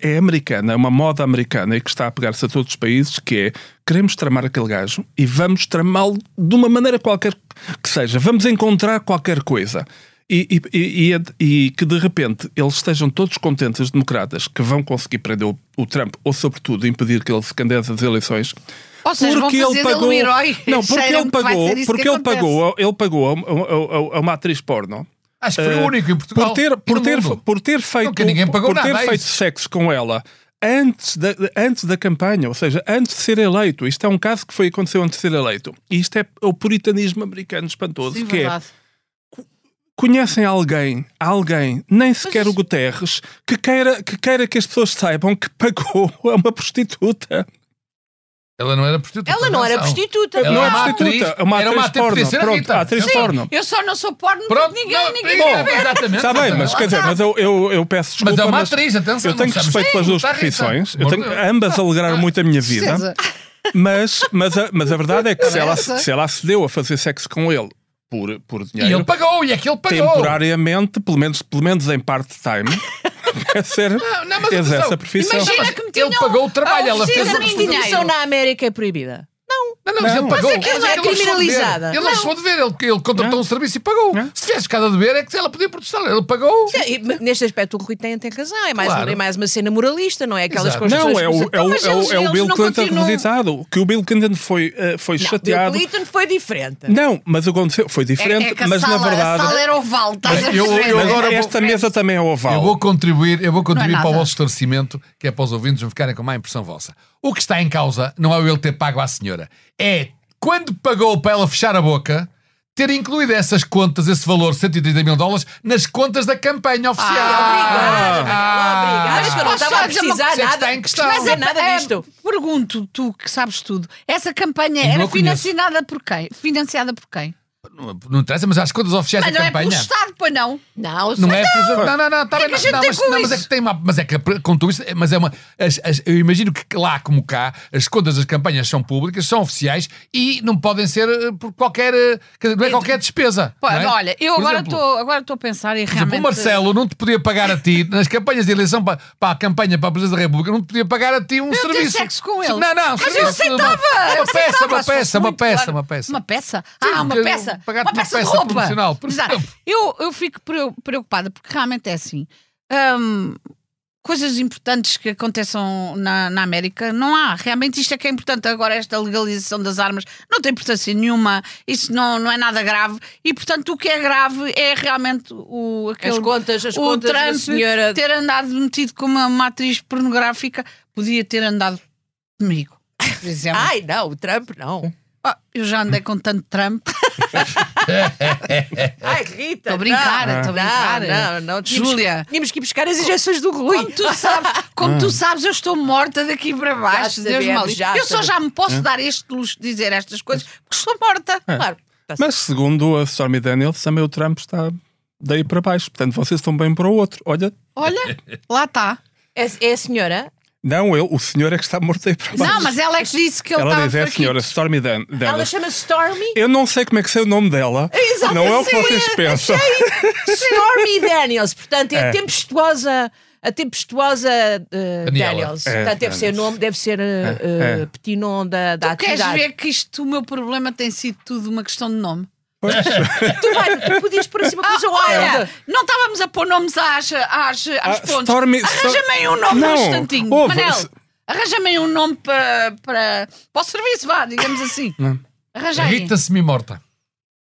S4: é americana, é uma moda americana e que está a pegar-se a todos os países, que é queremos tramar aquele gajo e vamos tramá-lo de uma maneira qualquer que seja, vamos encontrar qualquer coisa. E, e- e- e- e que de repente eles estejam todos contentes, os democratas, que vão conseguir prender o, o Trump ou, sobretudo, impedir que ele se candidate às eleições,
S2: Ou seja, vão fazer dele um herói.
S4: não, porque
S2: Cheiram
S4: ele
S2: que vai
S4: pagou,
S2: ser isso
S4: porque
S2: que
S4: ele
S2: acontece.
S4: pagou, ele pagou a, a- a- a uma atriz porno.
S3: Acho que foi o
S4: eh,
S3: único em Portugal.
S4: Por ter,
S3: e
S4: por
S3: no
S4: ter,
S3: mundo.
S4: por ter feito,
S3: Nunca ninguém pagou
S4: por ter
S3: nada a
S4: feito
S3: isso.
S4: sexo com ela antes da, antes da campanha, ou seja, antes de ser eleito. Isto é um caso que foi aconteceu antes de ser eleito. E isto é o puritanismo americano espantoso,
S2: Sim,
S4: que é
S2: verdade.
S4: conhecem alguém, alguém, nem sequer o Guterres, que queira, que queira que as pessoas saibam que pagou a uma prostituta.
S3: Ela não era prostituta.
S1: Ela
S3: tem
S1: não era
S3: razão.
S1: prostituta.
S3: Ela
S4: não
S3: era uma
S4: é prostituta,
S3: atriz.
S4: é uma
S3: Era uma
S4: atriz
S3: atriz, podia
S4: porno.
S3: ser
S4: Pronto,
S3: atriz.
S4: atriz porno.
S2: Eu só não sou porno
S3: Pronto,
S2: Pronto, ninguém,
S3: não, é
S2: ninguém.
S3: ninguém-
S4: Bom,
S3: exatamente. Ah,
S4: Está bem, mas quer dizer, mas eu, eu, eu peço desculpa.
S3: Mas é uma atriz, atenção,
S4: Eu tenho
S3: não sabes-
S4: respeito pelas
S3: Sim,
S4: duas
S3: está, Rita.
S4: profissões. Eu
S3: Amor
S4: tenho,
S3: de Deus.
S4: ambas alegraram muito a minha vida.
S3: é?
S2: Precisa.
S4: Mas, mas, a, mas a verdade é que se ela,
S2: Certeza.
S4: se ela acedeu a fazer sexo com ele por, por
S3: E ele
S4: dinheiro,
S3: pagou, e é que ele pagou.
S4: temporariamente, pelo menos, pelo menos em part-time, é ser,
S3: não, mas
S4: é
S3: atenção.
S4: essa profissão.
S2: Imagina
S3: Não, mas
S2: que me
S3: ele
S2: tinham
S3: pagou o trabalho,
S2: a
S3: ela fez
S2: oficina
S1: Mas
S3: a
S1: a
S2: nem
S1: prostituição
S2: dinheiro.
S1: na América é proibida.
S3: Não, não, mas ele pagou.
S2: aquilo não é
S3: Ele deixou
S1: criminalizada.
S3: de ver. Ele deixou de ver, ele, ele contratou um serviço e pagou. Se tivesse cada dever, é que ela podia protestar. Ele pagou.
S1: Sim, e, mas Neste aspecto, o Rui tem, tem razão. É mais,
S3: Claro.
S1: uma, é mais uma cena moralista, não é? Aquelas
S3: Exato.
S1: construções.
S4: Não, é o,
S3: "Então,
S4: é o,
S2: mas
S4: é
S2: eles-
S4: o, é o
S2: eles
S4: Bill
S2: não
S4: Clinton
S2: continuam.
S4: revisitado. Que o Bill Clinton foi, eh, foi
S1: Bill
S4: chateado.
S1: Clinton foi diferente.
S4: Não, mas aconteceu. Foi diferente,
S2: É, é que a
S4: mas
S2: sala,
S4: na verdade.
S2: A sala é era oval, estás a
S3: Eu-
S2: perceber?
S3: eu
S4: Mas
S3: agora vou-
S4: esta mesa também é oval.
S3: Eu vou contribuir, eu vou contribuir para o
S2: é nada.
S3: vosso esclarecimento, que é para os ouvintes não ficarem com má impressão vossa. O que está em causa não é o ele ter pago à senhora, é quando pagou para ela fechar a boca, ter incluído essas contas, esse valor, 130 mil dólares, nas contas da campanha oficial.
S2: Ah,
S3: Ah.
S1: Obrigada,
S4: Ah.
S1: obrigada.
S2: Mas
S1: eu não
S2: posso
S1: estava
S2: só
S1: a
S2: dizer uma
S1: precisar
S3: coisa que
S1: nada.
S3: está em questão.
S1: Mas é
S2: a-
S1: nada
S2: a-
S1: disto.
S2: Pergunto, tu que sabes tudo, essa campanha
S3: não a
S2: era
S3: conheço.
S2: financiada por quem? Financiada por quem?
S3: Não, não interessa, mas as contas oficiais
S2: Mas
S3: da
S2: não é pelo
S3: campanha.
S2: Estado, pois não.
S1: Não,
S3: Não é preciso- Não, não, não,
S2: Então,
S3: tá
S2: que
S3: bem,
S2: a gente
S3: não,
S2: tem
S3: mas,
S2: com
S3: não, mas é
S2: isso?
S3: que tem uma. Mas é que, com tudo isso, mas é uma. as- as- eu imagino que lá como cá, as contas das campanhas são públicas, são oficiais e não podem ser eh, por qualquer. eh, quer dizer, não é qualquer despesa.
S2: Pô,
S3: não é?
S2: Olha, eu
S3: Por
S2: agora
S3: exemplo,
S2: estou agora estou a pensar e
S3: por exemplo,
S2: realmente.
S3: o Marcelo não te podia pagar a ti, nas campanhas de eleição para, para a campanha para a presidência da República, não te podia pagar a ti um
S2: ter
S3: serviço.
S2: sexo com ele.
S3: Não, não,
S2: Mas
S3: serviço,
S2: eu aceitava, eu
S3: Uma, uma
S2: aceitava,
S3: peça, uma
S2: se fosse
S3: peça, uma
S2: muito
S3: peça,
S2: claro.
S3: uma peça.
S2: Uma peça?
S3: Sim,
S2: Ah, uma
S3: porque
S2: peça.
S3: pagar-te
S2: Uma
S3: uma
S2: peça de
S3: peça
S2: roupa.
S3: promocional, por
S2: Exato.
S3: exemplo.
S2: Eu, eu fico preo- preocupada porque realmente é assim. Hum, coisas importantes que aconteçam na, na América não há. Realmente isto é que é importante agora, esta legalização das armas não tem importância nenhuma, isso não, não é nada grave e, portanto, o que é grave é realmente o, aquele,
S1: contas- as
S2: o
S1: contas da
S2: Trump
S1: senhora-
S2: ter andado metido com uma, uma atriz pornográfica, podia ter andado comigo. Por exemplo,
S1: Ai, não, o Trump não.
S2: Ah, eu já andei com tanto Trump.
S4: É
S1: Ai, Rita.
S2: Tô a brincar,
S1: não.
S2: tô a brincar.
S1: Não, não, não. Tínhamos-
S2: Júlia.
S1: Tínhamos que ir buscar as injeções do Rui.
S2: Como tu sabes, como
S4: Ah.
S2: tu sabes, eu estou morta daqui para baixo.
S1: Já
S2: Deus
S1: sabemos,
S2: mal.
S1: já
S2: Eu só
S1: sabemos.
S2: já me posso dar este luxo de dizer estas coisas porque estou morta.
S4: Ah.
S1: Claro. tá certo.
S4: Mas segundo a Stormy Daniels, também o Trump está daí para baixo. Portanto, vocês estão bem para o outro. Olha,
S2: Olha, lá está.
S1: É, é a senhora?
S4: Não, eu, o senhor é que está morto aí para baixo.
S2: Não, mas ela é que disse que ele
S4: Ela
S2: estava
S4: diz, é a
S2: fraquito.
S4: senhora Stormy Dan
S1: tá Ela
S4: Daniels.
S1: chama Stormy?
S4: Eu não sei como é que sei o nome dela.
S1: Exato,
S4: não é o que
S1: sim,
S4: vocês pensam.
S1: achei. Stormy Daniels, portanto, é, a tempestuosa. A tempestuosa eh,
S3: Daniela.
S1: Daniels.
S4: É,
S1: Portanto, deve ser
S4: Daniels. É,
S1: nome, deve ser eh, eh, petinon da, da
S2: Tu queres
S1: atividade.
S2: ver que isto, o meu problema tem sido tudo uma questão de nome?
S1: Tu, vai, tu podias pôr assim uma coisa
S3: Ah,
S2: Olha,
S1: wild.
S2: não estávamos a pôr nomes às, às, às
S4: Ah,
S2: pontes.
S4: Stormy-
S2: Arranja-me aí um nome
S4: Não,
S2: num instantinho.
S4: ouve, se-
S2: Manel, arranja-me aí um nome para, para, para o serviço, vá, digamos assim. Arranja aí.
S3: Rita semi-morta.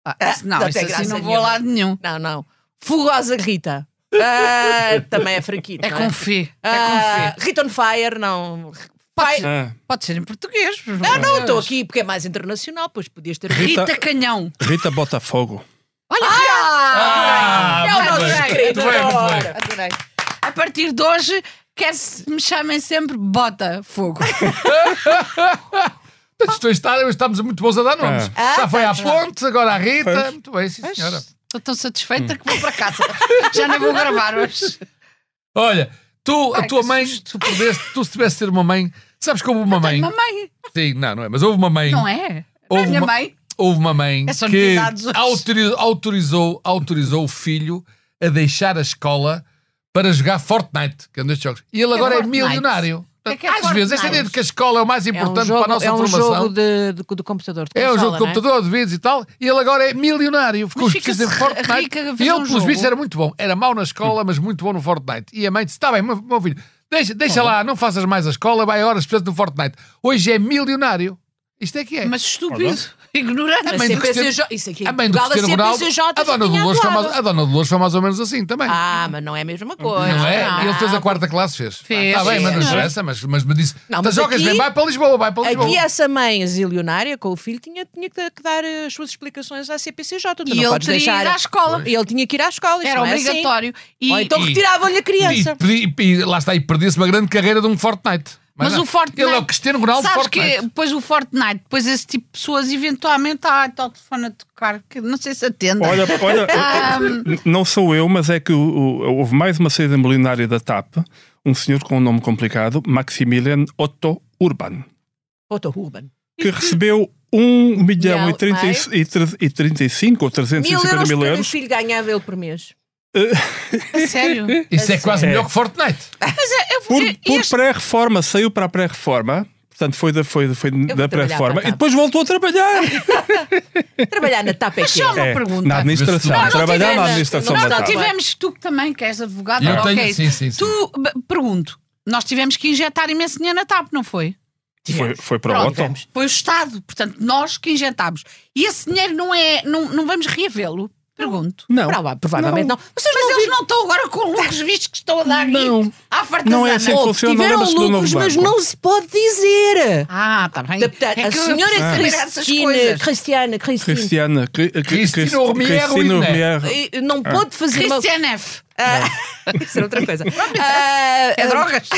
S2: Ah, isso- não,
S1: Não
S2: isso
S1: tem
S2: assim
S1: graça
S2: não vou a
S1: nenhuma.
S2: lado nenhum.
S1: Não, não. Fugosa Rita. Ah, também é fraquita.
S2: É com fé. É
S1: Ah,
S2: com fé.
S1: Rita on Fire, não.
S2: Pode, ser-
S4: Ah,
S2: pode ser em português.
S1: Ah, não, eu estou aqui porque é mais internacional, pois podias ter.
S4: Rita-
S2: Rita Canhão.
S4: Rita Botafogo.
S2: Olha,
S3: Ah,
S1: é o nosso
S3: muito bem,
S1: querido.
S3: muito bem, muito
S1: Adoro.
S3: bem.
S2: Ah, Adorei. A partir de hoje, quer se me chamem sempre Bota Fogo.
S3: Portanto, Estou a estar, estamos muito bons a dar nomes.
S1: Ah.
S3: Já foi à ponte, agora à Rita.
S4: Pois.
S3: Muito bem, sim, senhora.
S2: Estou tão satisfeita que vou para casa. Já não vou gravar hoje.
S3: Olha, tu,
S2: Ai,
S3: a tua
S2: que
S3: mãe, tu, pudeste, tu se tivesse ter uma mãe, sabes que houve uma mãe.
S2: Mamãe,
S3: Sim, não, não é, mas houve uma mãe.
S2: não é? Não é
S3: Houve
S2: minha
S3: uma-
S2: mãe?
S3: Houve uma mãe
S2: É só
S3: que
S2: novidades hoje.
S3: autori- autorizou, autorizou o filho a deixar a escola para jogar Fortnite, que é um destes jogos. E ele agora é,
S2: Fortnite?
S3: milionário.
S2: O que é que é
S3: Às vezes, esta
S2: Fortnite?
S3: ideia de que a escola é o mais
S1: É um
S3: importante
S1: jogo,
S3: para a nossa
S1: é um
S3: formação.
S1: jogo de, de, do computador. de
S3: É um jogo
S1: consola,
S3: de
S1: não
S3: computador, de vídeos e tal, e ele agora é milionário. Ficou
S2: Mas
S3: os pesquisas em
S2: fica-se
S3: Fortnite.
S2: rica a
S3: e ele,
S2: fazer um
S3: pelos
S2: jogo.
S3: vistos, era muito bom. Era mau na escola, mas muito bom no Fortnite. E a mãe disse: Está bem, meu, meu filho, deixa,
S1: Tá
S3: deixa lá, não faças mais a escola, vai agora especialmente no Fortnite. Hoje é milionário. Isto é que é.
S2: Mas estúpido, ignorante.
S1: A
S3: mãe
S1: mãe
S3: do
S1: do
S3: Cristiano-
S1: Isso aqui em
S3: a mãe do
S1: Portugal,
S3: Cristiano
S1: a
S3: Ronaldo,
S1: CPCJ
S3: a dona,
S1: já tinha
S3: Dolores foi mais,
S1: atuado.
S3: a dona Dolores foi mais ou menos assim também.
S1: Ah, mas não é a mesma coisa.
S3: não é?
S1: Ah,
S3: E ele fez a quarta classe, fez.
S2: Fez,
S3: Está bem, mas não
S2: sim.
S3: interessa, mas, mas me disse:
S1: Não,
S3: "Tá,
S1: mas
S3: jogas
S1: aqui-
S3: bem, vai para Lisboa, vai para Lisboa.
S1: Aqui é essa mãe zilionária com o filho tinha, tinha que que dar eh, as suas explicações à CPCJ. Tu
S2: E
S1: não
S2: ele
S1: podes
S2: teria
S1: deixar...
S2: ido à escola.
S1: E ele tinha que ir à escola. isto
S2: Era
S1: não é assim.
S2: obrigatório. E-
S1: Ou então
S3: E-
S1: retiravam-lhe a
S3: E,
S1: criança.
S3: perdi- e lá está, e perdia-se uma grande carreira de um Fortnite. Mais
S2: mas
S3: nada.
S2: o Fortnite.
S3: Ele é o Cristiano Ronaldo
S2: sabes
S3: Fortnite.
S2: que depois o Fortnite, depois esse tipo de pessoas eventualmente. Ah, está o telefone a tocar, que não sei se Ah, atende.
S4: Olha, olha
S1: Ah.
S4: n- não sou eu, mas é que o- o- houve mais uma saída milionária da TAP, um senhor com um nome complicado, Maximilian Otto Urban,
S1: Otto Ruben.
S4: que recebeu 1 milhão
S1: Milhão,
S4: e 30,
S1: mais?
S4: e tre- e 35 ou
S1: Mil
S4: 350
S1: euros
S4: mil
S1: para o
S4: euros.
S1: filho ganhava ele por mês.
S2: a sério.
S3: Isso é quase
S4: É.
S3: melhor que Fortnite.
S2: Mas é, eu
S4: Por,
S2: e- e
S4: por
S2: este-
S4: pré-reforma, saiu para a pré-reforma. Portanto, foi da, foi, foi da
S1: trabalhar para a
S4: pré-reforma.
S1: TAP.
S4: E depois voltou a trabalhar.
S1: Trabalhar na TAP é que
S2: só
S1: é.
S2: uma pergunta.
S4: Na administração.
S3: Não, não
S4: trabalhar na
S2: tivemos-
S4: administração
S2: Nós
S4: da
S2: não
S4: TAP.
S2: Então, tivemos, tu que também, que és advogado,
S3: Eu
S2: agora,
S3: tenho-
S2: ok.
S3: sim, sim, sim.
S2: Tu, b- pergunto, nós tivemos que injetar imenso dinheiro na TAP, não foi?
S4: Foi, foi para o
S2: Pronto,
S4: Otto.
S2: tivemos. Foi o Estado, portanto, nós que injetámos. E esse dinheiro não é. Não, não vamos reavê-lo? Pergunto.
S4: Não.
S1: Prova- Provavelmente não. Vocês
S2: Mas
S1: não
S2: eles não estão agora com lucros vistos que estão a dar
S4: Não.
S2: isto à fartazana.
S4: Não é assim que
S2: Ouve.
S4: funciona.
S1: tiveram
S4: Lembra-se do novo
S1: lucros, mas
S4: banco.
S1: não se pode dizer.
S2: Ah, está bem.
S1: Da- portanto,
S2: é
S1: a
S2: que eu
S1: senhora
S2: preciso saber essas
S1: Cristina,
S2: coisas.
S1: Cristiana, Cristina,
S4: Cristiana. Cri- Cri-
S3: Cristina
S4: Cris-
S3: Romier
S4: Cristina
S3: Ruiz, né?
S4: Romier.
S1: eh, não pode fazer uma...
S2: Cristiana F.
S1: Ah, isso era outra coisa. Ah,
S2: É drogas?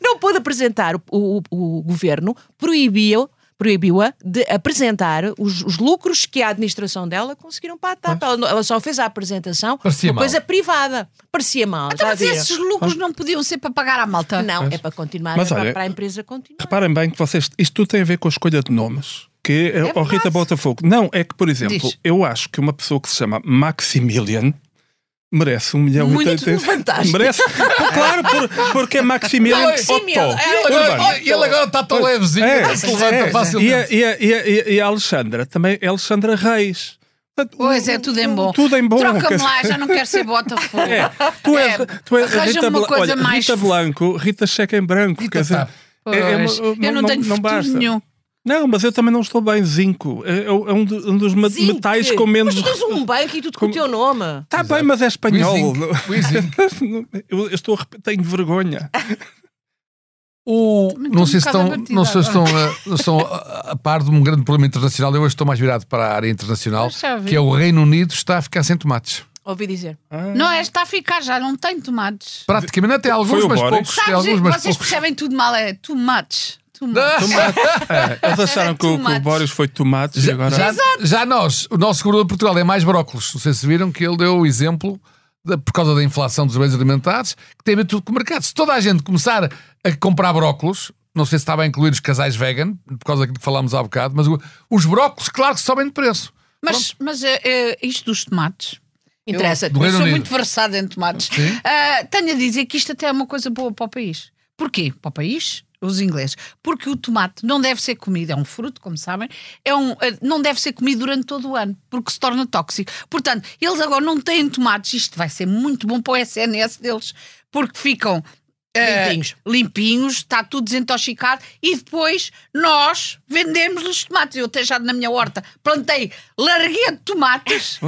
S1: não pôde apresentar, o, o- o governo proibiu proibiu-a de apresentar os, os lucros que a administração dela conseguiram para a TAP. Ela, ela só fez a apresentação
S3: Parecia
S1: uma
S3: mal.
S1: coisa privada. Parecia mal,
S2: Então,
S1: já
S2: mas
S1: viram.
S2: esses lucros não podiam ser para pagar à malta?
S1: Não, é para continuar,
S4: Mas
S1: é para,
S4: olha,
S1: para a empresa continuar.
S4: Reparem bem que vocês. Isto tudo tem a ver com a escolha de nomes. Que é o Rita Botafogo. Não, é que, por exemplo,
S2: Diz.
S4: eu acho que uma pessoa que se chama Maximilian merece um milhão
S1: Muito
S4: e tanto.
S1: fantástico.
S4: Merece. Claro, por- porque é Maximilian
S1: Não, Maximilian,
S4: Otto.
S1: é-
S3: Ele
S4: Urban.
S3: agora- ele agora está tão levezinho
S4: É,
S3: que se levanta
S4: é. E a,
S3: facilmente.
S4: e, a, e, a, e a- e a Alexandra também é Alexandra Reis. Portanto,
S2: Pois
S4: um-
S2: é, tudo em bom.
S4: Tudo em bom. quer
S2: Troca-me
S4: dizer-
S2: lá, já não quero ser Botafogo.
S4: É, tu és, tu és
S2: arranja-me
S4: Rita,
S2: uma
S4: Bla-
S2: coisa
S4: olha,
S2: mais-
S4: Rita Blanco, Rita Checa em branco.
S3: Rita
S4: quer dizer,
S3: tá.
S4: é- é uma-
S2: Pois, eu não, tenho futuro
S4: basta.
S2: nenhum.
S4: Não, mas eu também não estou bem. Zinco é, é um, do- um dos me-
S1: Zinc.
S4: metais com menos.
S1: Mas tu tens um banco e tudo com o teu nome.
S4: Está bem, mas é espanhol.
S3: O Zinc.
S4: Eu, eu estou a rep- tenho vergonha.
S3: O-
S2: Também estou
S3: Não sei
S2: um
S3: se
S2: bocado
S3: estão,
S2: abatida
S3: não sei se estão, eh, não estão a, a par de um grande problema internacional. Eu hoje estou mais virado para a área internacional,
S2: Mas já vi.
S3: que é o Reino Unido está a ficar sem tomates.
S1: Ouvi dizer.
S2: Não é, está a ficar já, não tem tomates.
S3: Praticamente até alguns,
S4: Foi o
S3: mas
S4: Boris.
S3: poucos. Tem
S2: Sabes,
S3: alguns, mas
S2: vocês
S3: poucos.
S2: percebem tudo mal, é tomates. Tomates.
S4: É, eles acharam que o, que o
S2: Tomates.
S4: Boris foi tomate e
S3: Já,
S4: agora.
S3: já, já nós, o nosso governador de Portugal é mais brócolos. Não sei se viram que ele deu o exemplo da- por causa da inflação dos bens alimentares, que tem a ver tudo com o mercado. Se toda a gente começar a comprar brócolos, não sei se estava a incluir os casais vegan, por causa daquilo que falámos há bocado, mas o- os brócolos, claro que sobem de preço.
S2: Mas, mas eh, eh, isto dos tomates.
S1: Interessa.
S3: Do
S2: Eu
S3: Reino
S2: sou
S3: Unido.
S2: muito versada em tomates.
S3: Sim.
S2: Ah, tenho a dizer que isto até é uma coisa boa para o país. Porquê? Para o país, os ingleses. Porque o tomate não deve ser comido, é um fruto, como sabem, é um, ah, não deve ser comido durante todo o ano, porque se torna tóxico. Portanto, eles agora não têm tomates, isto vai ser muito bom para o SNS deles, porque ficam. ah,
S1: Limpinhos.
S2: limpinhos, está tudo desintoxicado e depois nós vendemos os tomates. Eu até já na minha horta plantei larguia de tomates.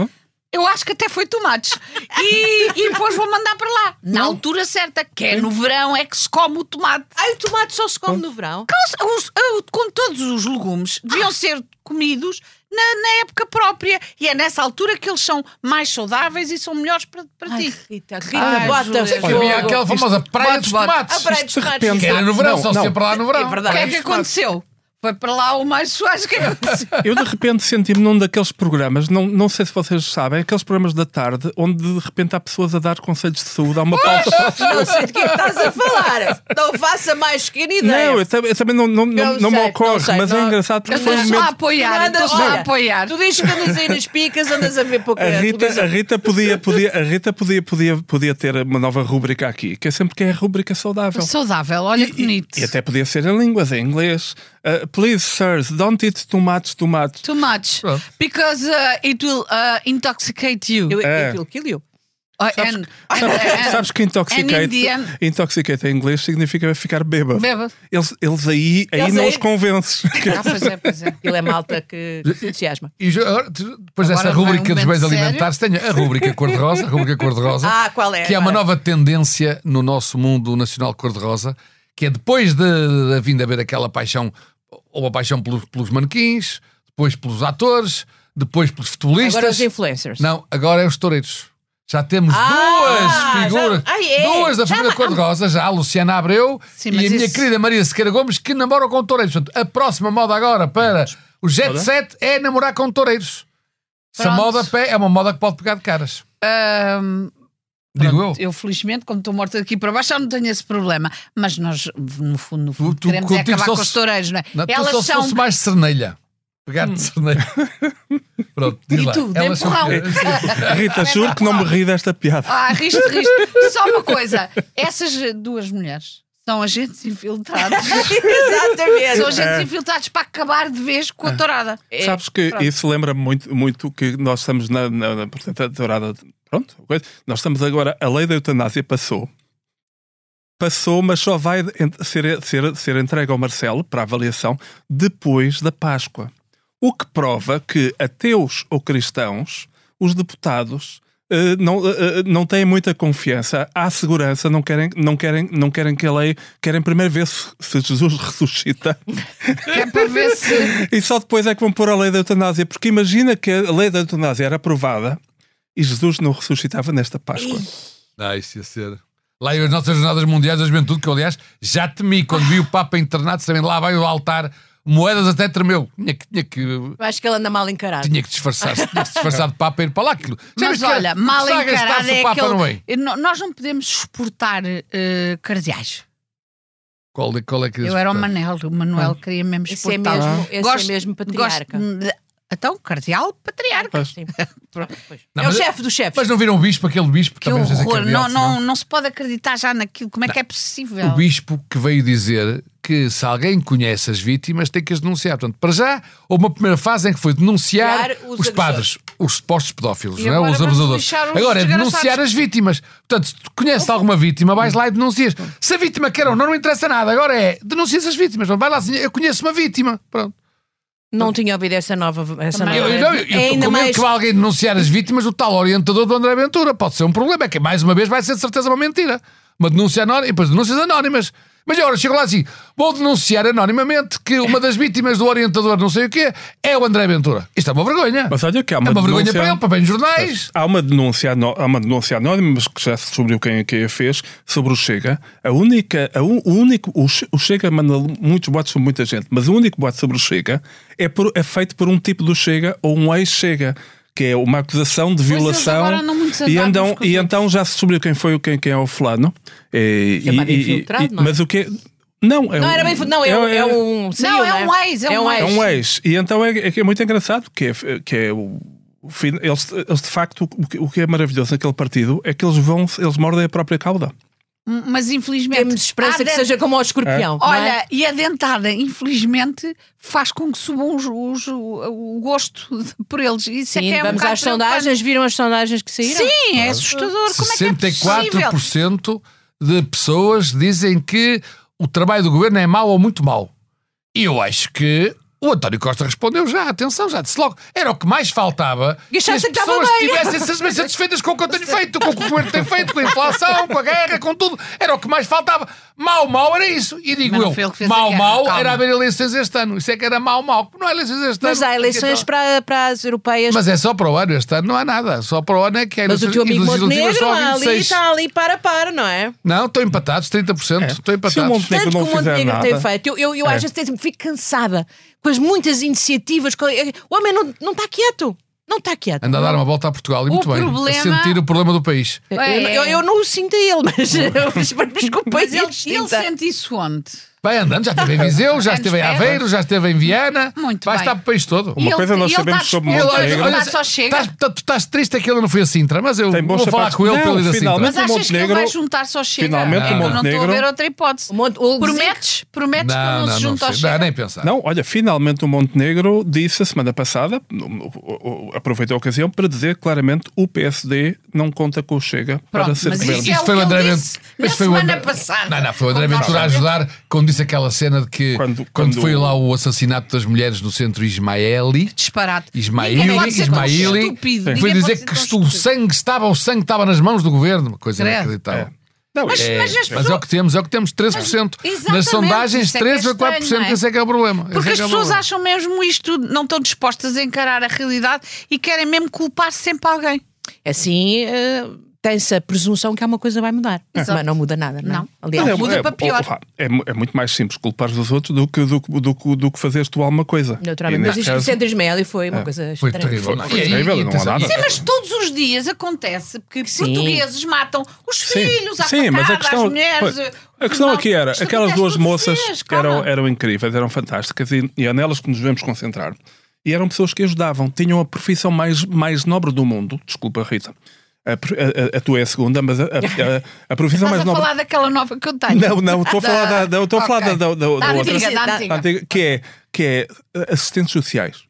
S2: Eu acho que até foi tomates. E, e depois vou mandar para lá. Na altura certa, que é no verão, é que se come o tomate.
S1: Ai, o tomate só se come no verão.
S2: Com, os- eu- com todos os legumes, deviam ser comidos na, na época própria. E é nessa altura que eles são mais saudáveis e são melhores para, para
S1: Ai,
S2: ti.
S1: Rita,
S2: Ai,
S1: Rita, bota
S2: Júlia.
S1: fogo.
S3: Havia aquela famosa praia dos
S4: bate, bate.
S1: A
S3: tomates.
S1: praia dos
S4: Isto de
S1: tomates.
S4: repente-
S3: Que era
S1: exato.
S3: no verão,
S4: Não,
S3: só se ia
S4: não.
S3: para lá no
S1: É
S3: verão.
S2: O
S1: verdade.
S2: que é que aconteceu? Foi para lá o mais suave que aconteceu.
S4: Eu de repente senti-me num daqueles programas, não, não sei se vocês sabem, aqueles programas da tarde, onde de repente há pessoas a dar conselhos de saúde, há uma pausa.
S1: Não sei de que é que estás a falar. Não faça mais pequena ideia.
S4: Não, eu, tam- eu também não, não, não,
S1: Eu
S4: não me
S1: sei,
S4: ocorre,
S1: não sei,
S4: mas é
S1: não- Ah,
S4: engraçado porque
S2: Eu
S4: foi um
S2: estou só a
S4: momento.
S2: apoiar,
S1: Nada,
S2: estou só a
S1: olha,
S2: apoiar.
S1: Tu dizes que andas aí nas picas, andas É, a ver pouca
S4: A Rita, é- a
S1: televisão.
S4: Rita, podia, podia, a Rita podia, podia, podia ter uma nova rúbrica aqui, que é sempre que é a rúbrica saudável.
S2: Saudável, olha que bonito.
S4: E até podia ser em línguas, em inglês. Uh, please, sirs, don't eat tomates, tomates.
S2: Too much.
S3: Pronto.
S2: Because uh, it will uh, intoxicate you.
S1: Eu,
S4: É.
S1: Aquilo que ele
S2: Uh,
S4: Sabes,
S2: and-
S4: sabes-
S2: and-
S4: sabes que
S2: and in
S4: intoxicate,
S2: the end-
S4: intoxicate em inglês significa ficar bêbado.
S2: Beba.
S4: Eles, eles aí, aí
S1: Eles
S4: não
S1: aí-
S4: os convences.
S2: Ah, pois é, pois é.
S1: Ele é malta que, que se entusiasma.
S3: E já- agora, tu- depois
S2: Agora
S3: dessa
S2: vai um
S3: rúbrica dos
S2: momento
S3: bens
S2: sério.
S3: alimentares, tenho a rúbrica cor-de-rosa, a rúbrica cor-de-rosa,
S1: Ah, qual é?
S3: que é uma
S1: agora?
S3: nova tendência no nosso mundo nacional cor-de-rosa, que é depois de, da vinda haver aquela paixão, ou a paixão pelos, pelos manequins, depois pelos atores, depois pelos
S1: Agora os
S3: futebolistas.
S1: influencers.
S3: Não, agora é os toureiros. Já temos
S1: Ah,
S3: duas figuras,
S1: já- Ai, é.
S3: duas da
S1: Já
S3: família
S1: ma-
S3: cor-de-rosa, já a Luciana Abreu
S2: Sim,
S3: e a
S2: mas
S3: minha
S2: isso-
S3: querida Maria Sequeira Gomes, que namoram com toureiros. Portanto, a próxima moda agora para o Jet
S4: Olha. Set
S3: Set é namorar com toureiros. Essa
S2: Pronto.
S3: moda pé é uma moda que pode pegar de caras.
S2: Ahm,
S3: Digo eu.
S2: pronto, é. Um, eu, felizmente, como estou morta daqui para baixo, já não tenho esse problema. Mas nós, no fundo, no fundo
S3: Tu- tu
S2: queremos é
S3: contigo
S2: acabar
S3: só
S2: com os
S3: se-
S2: toureiros, não é?
S3: Não, tu só
S2: Elas
S3: se
S2: são. Hum.
S3: fosse mais cernelha. Pegar de cernelha. Pronto, diz
S2: E
S3: lá.
S2: tu, de é
S3: Elas são-
S2: empurrão.
S4: Rita, juro que não me ri desta piada.
S2: Ah, riste, riste. Só uma coisa: essas duas mulheres são agentes infiltrados.
S1: Exatamente.
S2: São
S3: é.
S2: agentes infiltrados é para acabar de vez com a tourada. é
S4: Sabes que isso lembra-me muito, muito que nós estamos na, na, na portanto, a dourada. Pronto, coisa. nós estamos agora. A lei da eutanásia passou. Passou, mas só vai en- ser, ser, ser entregue ao Marcelo para avaliação depois da Páscoa. O que prova que ateus ou cristãos, os deputados, eh, não, eh, eh, não têm muita confiança, há segurança, não querem, não querem, não querem que a lei. Querem primeiro ver se, se Jesus ressuscita.
S2: É para ver se.
S4: E só depois é que vão pôr a lei da eutanásia, porque imagina que a lei da eutanásia era aprovada e Jesus não ressuscitava nesta Páscoa.
S3: Ah, isso ia ser. Lá eu, as nossas jornadas mundiais da juventude, que eu, aliás, já temi quando vi o Papa internado, sabem, lá vai o altar, moedas até tremeu. Tinha que, tinha que,
S1: Eu Acho que ele anda mal encarado.
S3: tinha que disfarçar-se, tinha que se disfarçar de Papa e ir para lá. Aquilo.
S2: Mas
S3: Sabes que era-
S2: olha, mal
S3: começar a gastar-se
S2: encarado é
S3: o Papa, não é?
S2: aquele. No- Nós não podemos exportar eh, cardeais.
S3: Qual, é- qual é que
S2: Eu era o Manel, o Manuel
S3: Ah.
S2: queria mesmo
S1: Esse é
S2: exportar.
S1: mesmo, esse
S2: Gosto-
S1: é mesmo patriarca.
S2: Gosto de- então, cardeal, patriarca.
S1: Sim. Pois.
S3: Não,
S1: é o
S3: mas-
S1: chefe do chefe.
S3: Mas não viram o bispo, aquele bispo
S2: Que
S3: também não sei se é
S2: horror,
S3: cardeal,
S2: não,
S3: se
S2: não, não se pode acreditar já naquilo. Como é que é possível?
S3: O bispo que veio dizer que se alguém conhece as vítimas tem que as denunciar. Portanto, para já, houve uma primeira fase em que foi denunciar
S1: Denunciar os
S3: os, padres, os supostos pedófilos,
S2: E
S3: não é?
S2: agora
S3: os
S2: vamos
S3: abusadores.
S2: deixar os
S3: Agora é
S2: desgraçados.
S3: denunciar as vítimas. Portanto, se tu conheces alguma vítima, vais lá e denuncias. Se a vítima quer ou não, não interessa nada. Agora é denuncias as vítimas. Vai lá, senhor, eu conheço uma vítima. Pronto.
S1: Não tinha ouvido essa nova. Essa
S2: Também
S1: nova.
S3: Eu, eu, não, eu,
S1: É
S3: eu
S1: ainda
S3: comento
S1: mais.
S3: que vai alguém denunciar as vítimas, o tal orientador do André Ventura. Pode ser um problema, é que mais uma vez vai ser de certeza uma mentira. Uma denúncia anónima, e depois denúncias anónimas. Mas agora chego lá assim, vou denunciar anonimamente que uma das vítimas do orientador não sei o quê é o André Ventura. Isto é uma vergonha.
S4: Mas olha que há uma,
S3: é uma vergonha
S4: denúncia-
S3: para ele, para bem nos jornais.
S4: Há uma denúncia, anó- há uma denúncia anónima, mas que já se descobriu quem, quem a fez, sobre o Chega. A única, a un- o único, o Che- o Chega manda muitos boatos sobre muita gente, mas o único boato sobre o Chega é, por- é feito por um tipo do Chega ou um ex-Chega, que é uma acusação de
S2: eles
S4: violação.
S2: agora andam muito
S4: e,
S2: zangados
S4: andam,
S2: com os
S4: e então já se descobriu quem foi o- quem, quem é o fulano. É, e,
S1: mais infiltrado, não é?
S4: Mas o que Não, é
S1: Não,
S4: um-
S1: era bem. fu- Não, é, um- é um. serial,
S2: Não, é um ex, é um
S4: É um ex. E então é, é que é muito engraçado que é, que é o. o fim- Eles, eles, de facto, o que, o que é maravilhoso naquele partido é que eles vão, eles mordem a própria cauda.
S2: Mas infelizmente.
S1: Temos esperança
S2: há
S1: que
S2: dent-
S1: seja como ao escorpião. não é?
S2: Olha, e a dentada, infelizmente, faz com que subam os, os- o, o gosto de- por eles. Isso é
S1: Sim,
S2: que é um
S1: vamos
S2: bocado
S1: às sondagens, viram as sondagens que saíram?
S2: preocupante. Sim, é assustador. Como é que é possível?
S3: 64% de pessoas dizem que o trabalho do governo é mau ou muito mau. E eu acho que o António Costa respondeu já, atenção, já disse logo. Era o que mais faltava.
S1: E achasse
S3: as
S1: que estava
S3: pessoas
S1: bem.
S3: tivessem essas bem satisfeitas com o que eu tenho feito, com o que o governo tem feito, com a inflação, com a guerra, com tudo. Era o que mais faltava. Mau, mau era isso. E digo
S2: Mas não
S3: eu,
S2: foi ele que fez a
S3: mau,
S2: guerra,
S3: mau
S2: calma.
S3: era haver eleições este ano. Isso é que era mau, mau. Não há eleições este ano.
S1: Mas há eleições
S3: Então-
S1: para, para as europeias. Mas,
S3: Mas é só para o ano, este ano não há nada. Só para o ano é que há
S1: o
S3: eleições-
S1: teu amigo
S3: e legislativas
S1: Montenegro
S3: só há
S1: ali
S3: 26.
S1: está ali para para, não é?
S3: Não, estão empatados, 30%. Estão
S4: É. Se o
S3: empatados.
S4: Montenegro-
S1: Tanto que
S4: não
S1: o
S4: fizer
S1: Montenegro tem
S4: nada. É.
S1: feito. Eu, eu, eu às vezes até fico cansada com as muitas iniciativas. com- O homem não, não está quieto. Não está quieto.
S3: Anda a dar uma volta a Portugal e muito bem.
S2: problema-
S3: A sentir o problema do país.
S1: Eu,
S2: É.
S1: eu- eu não o sinto a ele, mas, mas, mas desculpa,
S2: Mas ele,
S1: ele
S2: ele
S1: sinta.
S2: sente isso onde?
S3: Vai andando, já esteve em Viseu, já
S2: Menos
S3: esteve em
S2: perto.
S3: Aveiro, já esteve em Viana.
S2: Muito
S3: vai
S2: bem.
S3: estar para o país todo.
S4: Uma
S2: E ele-
S4: coisa nós
S2: e ele tá
S4: sabemos
S2: está
S4: sobre
S2: disponível.
S4: Montenegro.
S2: Ele- olha, só chega.
S3: estás- tá- tu estás triste que ele não foi a Sintra, mas eu
S4: Tem bons
S3: vou falar
S4: sapatos.
S3: com ele
S4: Não,
S3: para ele ir assim, a
S4: finalmente.
S3: Sintra.
S2: Mas
S4: Mas o
S2: achas que ele
S4: Montenegro-
S2: vai juntar só chega?
S4: Finalmente o
S2: Eu não estou a
S4: Montenegro-
S2: ver outra hipótese.
S1: O Monte- o-
S2: Prometes? Prometes é que
S3: Não,
S2: quando
S3: não,
S2: se
S3: não,
S2: junta ao
S3: sei. Não,
S2: chega?
S3: nem pensar.
S4: Não, olha, finalmente o Montenegro disse a semana passada, no- no- o- o- aproveitou a ocasião para dizer claramente o PSD não conta com o Chega para
S2: Pronto,
S4: ser
S2: mas
S4: governo.
S2: isso é o
S3: foi
S2: que
S3: o
S2: ele
S3: André
S2: disse
S3: Ventura-
S2: na
S3: mas foi o
S2: semana
S3: André-
S2: passada.
S3: Não, não, foi o André
S2: Como
S3: Ventura a
S2: nós
S3: ajudar quando disse aquela cena de que
S4: Quando-
S3: quando,
S4: quando-
S3: foi lá o assassinato das mulheres no centro Ismaeli.
S2: Disparate.
S3: Ismaili,
S2: Ninguém pode ser tão
S3: Ismaili,
S2: estúpido.
S3: foi
S2: Ninguém
S3: dizer
S2: pode ser
S3: que
S2: tão
S3: o
S2: estúpido.
S3: sangue estava, o sangue estava nas mãos do governo, uma coisa
S2: Credo.
S3: inacreditável.
S4: Não,
S2: Mas-
S4: é-
S3: É,
S2: as
S3: mas
S2: pessoas-
S3: é o que temos, é o que temos, 3%. Nas
S2: exatamente,
S3: sondagens,
S2: isso é que é
S3: 3 a 4%,
S2: estranho, não é?
S3: esse é que é o problema.
S2: Porque as
S3: esse é que é o
S2: pessoas
S3: problema.
S2: acham mesmo isto, não estão dispostas a encarar a realidade e querem mesmo culpar sempre alguém.
S1: Assim, eh, tem-se a presunção que alguma coisa vai mudar. Mas não muda nada, não. é?
S2: Não.
S1: Aliás,
S2: Não, muda para pior.
S4: opa, É, mu- é muito mais simples culpar os outros do que, do, que- do, que- do que fazeres tu alguma coisa.
S1: naturalmente.
S4: E
S1: Mas
S4: neste
S1: isto do
S2: é
S4: caso,
S1: Centro Ismaeli foi uma coisa
S3: Foi
S1: estranha.
S3: terrível. não é?
S4: Foi
S3: E aí,
S4: terrível, não há
S3: atenção,
S4: nada.
S2: Sim, mas todos os dias acontece que portugueses matam os
S4: Sim,
S2: filhos, a
S4: sim, mas a
S2: as
S4: questão,
S2: mulheres.
S4: pois,
S2: os
S4: a questão
S2: mal-
S4: aqui era,
S2: Isto
S4: aquelas
S2: acontece todos
S4: duas
S2: os
S4: moças
S2: dias,
S4: que eram,
S2: calma.
S4: eram incríveis, eram fantásticas e, e é nelas que nos devemos concentrar. E eram pessoas que ajudavam, tinham a profissão mais, mais nobre do mundo. Desculpa, Rita. A, pro- a- a- a tua é a segunda, mas a, a, a- a profissão
S2: Estás
S4: mais
S2: a
S4: nobre.
S2: falar daquela nova que eu tenho.
S4: Não, não, estou a falar da, da- estou a falar
S2: Ah, Ok.
S4: da, da, da-
S2: Da
S4: da outra.
S2: antiga, da
S1: Da
S2: antiga.
S4: Antiga, que é, que é eh, assistentes sociais.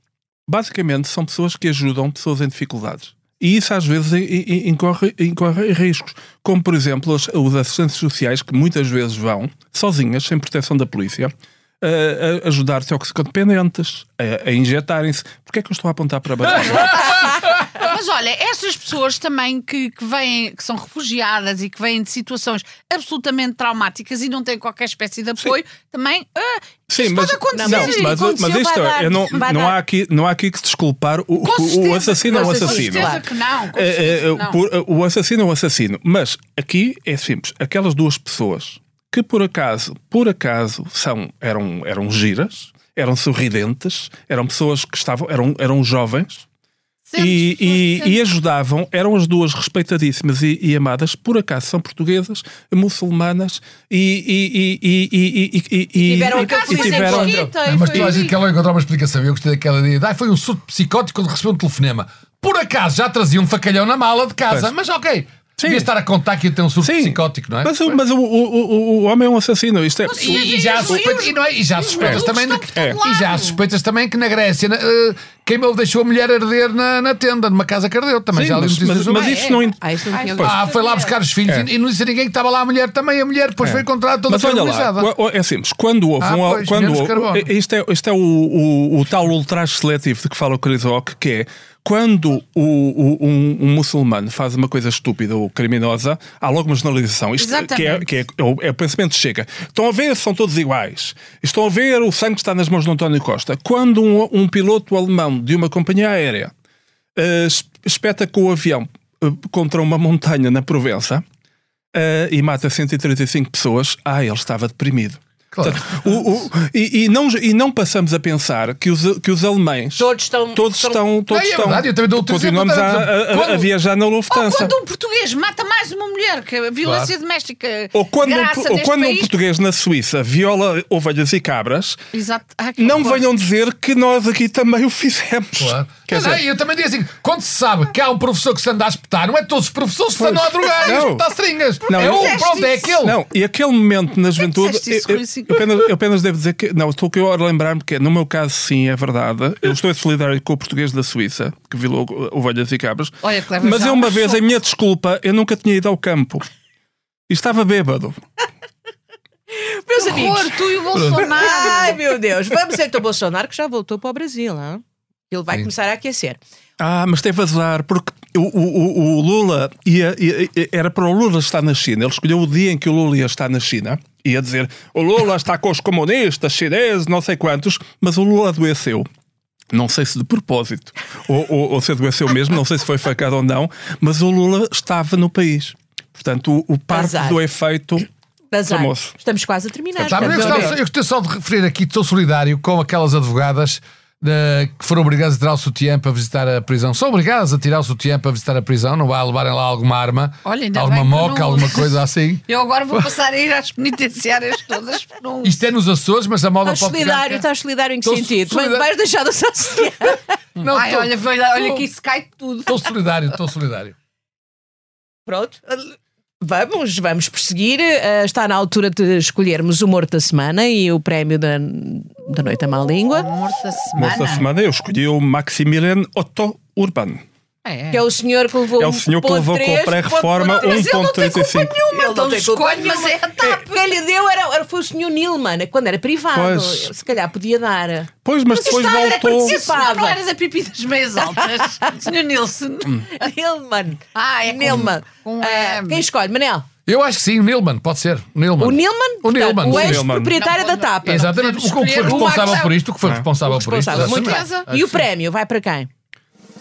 S4: Basicamente, são pessoas que ajudam pessoas em dificuldades. E isso às vezes i- i- incorre, incorre em riscos. Como, por exemplo, os, os assistentes sociais que muitas vezes vão, sozinhas, sem proteção da polícia, a, a ajudar toxicodependentes, a, a injetarem-se. Porquê é que eu estou a apontar para baixo?
S2: Mas olha, estas pessoas também que, que vêm, que são refugiadas e que vêm de situações absolutamente traumáticas e não têm qualquer espécie de apoio, também. ah,
S4: Sim,
S2: isto
S4: mas,
S2: pode acontecer.
S4: não,
S1: Sim,
S4: mas,
S1: aconteceu,
S4: mas isto
S1: vai dar,
S4: é, eu não,
S1: vai
S4: não,
S1: dar.
S4: há aqui, não há aqui que se desculpar o,
S2: Com
S4: o-
S2: certeza,
S4: o assassino é
S1: com
S4: o
S1: certeza.
S4: assassino.
S2: Com certeza que não. com certeza
S4: É,
S2: que
S4: é,
S2: não.
S4: por- o assassino é o assassino. Mas aqui é simples. Aquelas duas pessoas que por acaso, por acaso, são, eram, eram giras, eram sorridentes, eram pessoas que estavam, eram, eram jovens
S2: Sentes,
S4: e, e-
S2: sentes.
S4: e ajudavam, eram as duas respeitadíssimas e, e amadas, por acaso são portuguesas, muçulmanas e, e, e, e, e, e, e-
S1: tiveram
S4: e-
S1: aquele
S4: e
S1: feliz
S4: tiveram-
S1: encontro.
S3: Não, É, mas tu a gente que ela encontrar uma explicação. Eu gostei daquela ideia. de, Ah, foi um surto psicótico quando recebeu um telefonema. Por acaso já trazia um facalhão na mala de casa,
S4: Pois.
S3: mas ok.
S4: Sim.
S3: Devia estar a contar que ia ter um surto
S4: Sim.
S3: psicótico, não é?
S4: Mas, o- mas o, o, o, o homem é um assassino. Isto é,
S2: Mas
S3: E,
S2: sim.
S3: e já há
S2: Os livros-
S3: suspeitas, e, não é? E já há
S2: os
S3: suspeitas
S2: livros
S3: também.
S2: estão
S3: de-
S2: por todo
S3: e já há
S2: lado.
S3: suspeitas também que na Grécia na, eh, quem ele deixou a mulher arder na, na tenda, numa casa que ardeu também.
S4: Sim,
S3: já li
S4: mas-
S3: notícias
S4: mas-
S3: sobre
S4: mas
S3: isso.
S4: isso não in-
S1: Ah, isso não tinha
S4: Pois.
S3: Ah, foi lá buscar os filhos
S4: É.
S3: e, e não disse a ninguém que estava lá a mulher também. A mulher depois foi encontrada toda
S4: Mas olha
S3: aterrorizada.
S4: lá, o- o- é simples, quando houve
S3: Ah,
S4: um-
S3: pois,
S4: quando
S3: menos
S4: houve-
S3: carbono.
S4: isto é, isto é o, o- o tal ultraje seletivo de que fala o Carizoc, que é quando o, o- um, um muçulmano faz uma coisa estúpida ou criminosa, há logo uma generalização. Isto
S2: Exatamente.
S4: que é, que é- é o, é o pensamento que chega. Estão a ver, são todos iguais. Estão a ver, o sangue está nas mãos de António Costa. Quando um- um piloto alemão de uma companhia aérea eh, es- espeta com o avião eh, contra uma montanha na Provença eh, e mata 135 pessoas. Ah, ele estava deprimido.
S3: Claro.
S4: Portanto, o- o- e, e não, e não passamos a pensar que os, que os alemães
S1: Todos estão.
S4: todos estão. Todos
S3: Ah, é
S4: estão
S3: verdade, eu também dou outro
S4: continuamos a,
S3: exemplo,
S4: a- a-
S3: quando-
S4: a viajar na
S2: Ou
S4: Lufthansa.
S2: quando um português mata mais uma mulher, que a violência doméstica.
S3: Oh,
S4: Ou quando, um,
S2: graça
S4: po- ou
S2: deste
S4: quando um
S2: país-
S4: português na Suíça viola ovelhas e cabras,
S2: Exato. Ai, que
S4: não
S2: horror.
S4: venham dizer que nós aqui também o fizemos.
S3: Claro.
S4: Quer
S3: Mas
S4: dizer,
S3: aí eu também digo assim: quando se sabe que há um professor que se anda a espetar, não é todos os professores que se andam a drogar e a
S4: Não.
S3: espetar seringas.
S4: Não,
S3: é
S4: eu-
S3: um, pronto, é
S2: Disseste
S3: aquele.
S4: Não, e aquele momento na juventude.
S2: é disseste isso,
S4: eu,
S2: Rui, sim.
S4: eu apenas, eu apenas devo dizer que. Não, estou que eu a lembrar-me que, no meu caso, sim, é verdade. Eu estou solidário com o português da Suíça, que vilou ovelhas e cabras.
S2: Olha, que leva
S4: Mas
S2: já
S4: eu, uma
S2: um
S4: vez, a
S2: soco.
S4: minha desculpa, eu nunca tinha ido ao campo. E estava bêbado.
S1: Meus amigos.
S2: Horror, tu e o Bolsonaro.
S1: Ai, meu Deus. Vamos então, Bolsonaro, que já voltou para o Brasil. hã? Ele vai começar a aquecer.
S4: Ah, mas teve azar, porque o, o- o- o Lula ia- ia- ia- era para o Lula estar na China. Ele escolheu o dia em que o Lula ia estar na China. Ia dizer, o Lula está com os comunistas, chineses, não sei quantos. Mas o Lula adoeceu. Não sei se de propósito, ou, ou, ou se adoeceu mesmo, não sei se foi facado ou não, mas o Lula estava no país. Portanto, o, o parte
S1: Azar.
S4: do efeito.
S1: Azar.
S4: Famoso.
S1: Estamos quase a terminar.
S3: Tá, mas eu,
S1: estamos a
S3: gostava,
S1: ver.
S3: eu gostaria só de referir aqui, estou solidário com aquelas advogadas eh, que foram obrigadas a tirar o sutiã para visitar a prisão. São obrigadas a tirar o sutiã para visitar a prisão, não vai levarem lá alguma arma,
S2: Olha, ainda
S3: alguma
S2: bem que eu
S3: moca,
S2: não-
S3: alguma coisa assim.
S2: Eu agora vou passar a ir às penitenciárias todas por um.
S3: Isto é nos Açores, mas a moda
S1: Estás
S3: pode pegar-
S1: tá solidário, estás solidário em que
S3: Tô
S1: sentido?
S3: solidário.
S1: Vais deixar de usar sutiã.
S3: Não,
S2: Ai,
S3: estou-
S2: olha, olha, olha que isso cai tudo.
S3: Estou solidário, estou solidário.
S1: Pronto. Vamos, vamos prosseguir. Eh, está na altura de escolhermos o Morto da Semana e o prémio da, da Noite à Má Língua.
S2: Morto
S1: Ah,
S2: da
S4: Moço da
S2: semana.
S4: semana, eu escolhi o Maximiliano Otto Urban.
S2: É.
S1: Que é o senhor que levou
S4: É o
S1: um
S4: senhor que
S1: ponto
S4: levou com
S1: três,
S4: a pré-reforma
S1: ponto- Mas ele não tem culpa
S4: 1.35.
S1: nenhuma. Então
S2: Ele não tem culpa é, tá, nenhuma. Ah,
S1: TAP. Quem lhe deu era, era- foi o senhor Nilman, é quando era privado.
S4: Pois.
S1: Se calhar podia dar.
S4: Pois, mas depois
S1: está, era
S4: voltou.
S1: parecido.
S2: Senhor, não
S1: Pava.
S2: era da é pipi das meias altas. Senhor Nilson.
S1: Nilman.
S2: Ah, é com-
S1: Nilman.
S2: com
S1: Ah,
S2: M.
S1: quem escolhe? Manel.
S3: Eu acho que sim, o Nilman, pode ser. O Nilman.
S1: O Nilman,
S3: O
S1: portanto,
S3: Nilman.
S1: o
S3: sim.
S1: ex-proprietário
S2: Não, não,
S1: da
S2: não.
S1: TAP.
S3: Exatamente, o que foi
S2: escolher o
S3: responsável
S2: Max-
S3: por isto, o que foi responsável por isto.
S1: Responsável. Muito
S3: exatamente.
S1: bem. E o prémio? Vai para quem?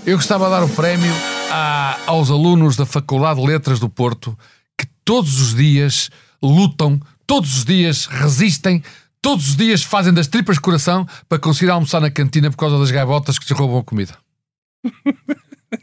S3: Eu gostava de dar o prémio a- aos alunos da Faculdade de Letras do Porto que todos os dias lutam, todos os dias resistem, todos os dias fazem das tripas de coração para conseguir almoçar na cantina por causa das gaivotas que te roubam a comida.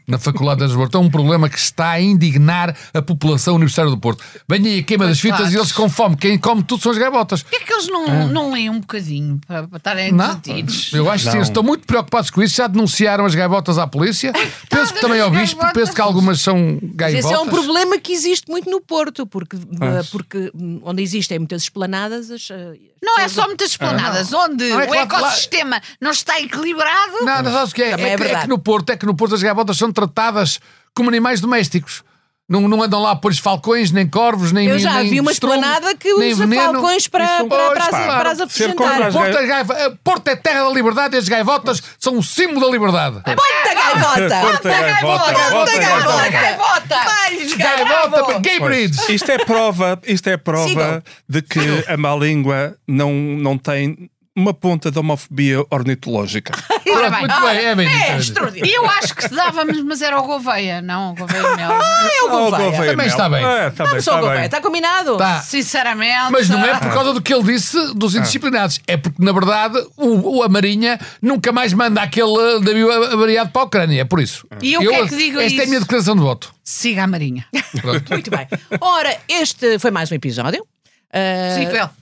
S3: Na Faculdade de Letras do Porto. É um problema que está a indignar a população universitária do Porto. Venha aí a queima das fitas
S2: Coitados.
S3: e eles com fome. Quem come tudo são as gaivotas.
S2: Porquê é que eles não, não leem um bocadinho para, para estarem
S3: Não,
S2: entretidos?
S3: eu acho que sim,
S4: Não.
S3: eles estão muito preocupados com isso. Já denunciaram as gaivotas à polícia. Penso que também ao
S2: das
S3: bispo,
S2: gaivotas.
S3: penso que algumas são
S1: Mas
S3: gaivotas.
S1: Esse é um problema que existe muito no Porto, porque,
S4: Ah.
S1: porque hum, onde existem muitas esplanadas, as, ah,
S2: Não é só muitas esplanadas, onde
S3: Não, é
S2: o
S3: que lá-
S2: ecossistema não está equilibrado.
S3: Não, não sabes o que é. É,
S1: Também é
S3: que, é
S1: verdade.
S3: que no Porto, é que no Porto as gaivotas são tratadas como animais domésticos. Não, não andam lá a pôr falcões, nem corvos, nem
S1: Eu já
S3: nem
S1: vi uma
S3: estrume,
S1: esplanada que
S3: nem
S1: usa
S3: veneno.
S1: falcões para, para,
S4: Isso- Pois,
S1: para, as-
S4: pá,
S1: para as
S4: ser contra
S1: apresentar.
S4: as-
S3: Porto é, gaiva- Porto é terra da liberdade e as gaivotas são o símbolo da liberdade.
S1: Ponta gaivota!
S4: Porta gaivota,
S1: Ponta
S4: bota gaivota.
S1: gaivota! Vai-lhes,
S3: Gaivota,
S1: gaivota!
S3: gay
S4: Pois.
S3: breeds.
S4: Isto é prova, isto é prova
S1: Sigam.
S4: de que a má língua não, não tem uma ponta de homofobia ornitológica.
S3: Pronto,
S2: bem.
S3: muito bem, é bem
S1: É
S3: isso. é bem isso.
S1: extraordinário.
S2: E eu acho que se dava, mas- mas era o Gouveia, não o Gouveia Mel.
S1: É o Gouveia.
S4: Gouveia
S3: Também
S4: Mel.
S3: está bem.
S4: É, está bem,
S1: Vamos ao
S4: está
S1: Gouveia,
S4: bem.
S1: está combinado?
S3: Tá.
S2: Sinceramente.
S3: Mas não é
S2: Ah.
S3: por causa do que ele disse dos indisciplinados. É porque, na verdade, o, o- a Marinha nunca mais manda aquele navio a- avariado para a Ucrânia. É por isso.
S2: E eu o que é que digo
S3: Esta é a
S2: isso?
S3: minha declaração de voto.
S2: Siga a Marinha.
S3: Pronto.
S1: Muito bem. Ora, este foi mais um episódio. Ah,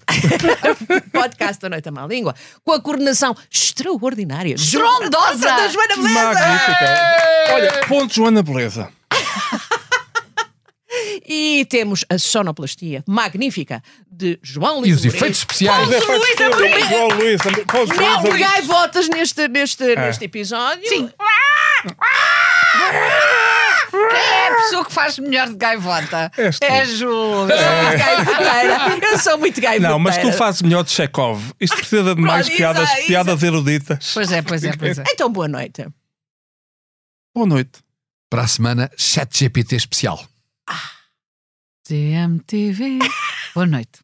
S2: Possível.
S1: podcast da Noite à Má Língua, com a coordenação extraordinária.
S2: Estrondosa!
S1: Da Joana Beleza!
S4: Magnífica. Olha, ponto Joana Beleza.
S1: E temos a sonoplastia magnífica de João
S3: E
S1: Luís
S3: os efeitos especiais.
S4: Os efeitos
S1: Luís Amorim.
S4: todos, é, igual o Luís Am- Pontos Luís
S1: Não
S4: Amorim.
S1: ligai votas neste, neste, neste episódio. Sim.
S2: Quem é a pessoa que faz melhor de gaivota?
S4: És tu.
S2: É Júlio.
S1: É. Eu sou muito gaivoteira.
S4: Não, mas tu fazes melhor de Chekhov. Isto precisa de mais
S1: Pronto,
S4: piadas,
S1: isso, isso.
S4: piadas eruditas.
S2: Pois é, pois é, pois é.
S1: Então, boa noite.
S4: Boa noite.
S3: Para a semana, ChatGPT especial.
S2: CMTV. Boa noite.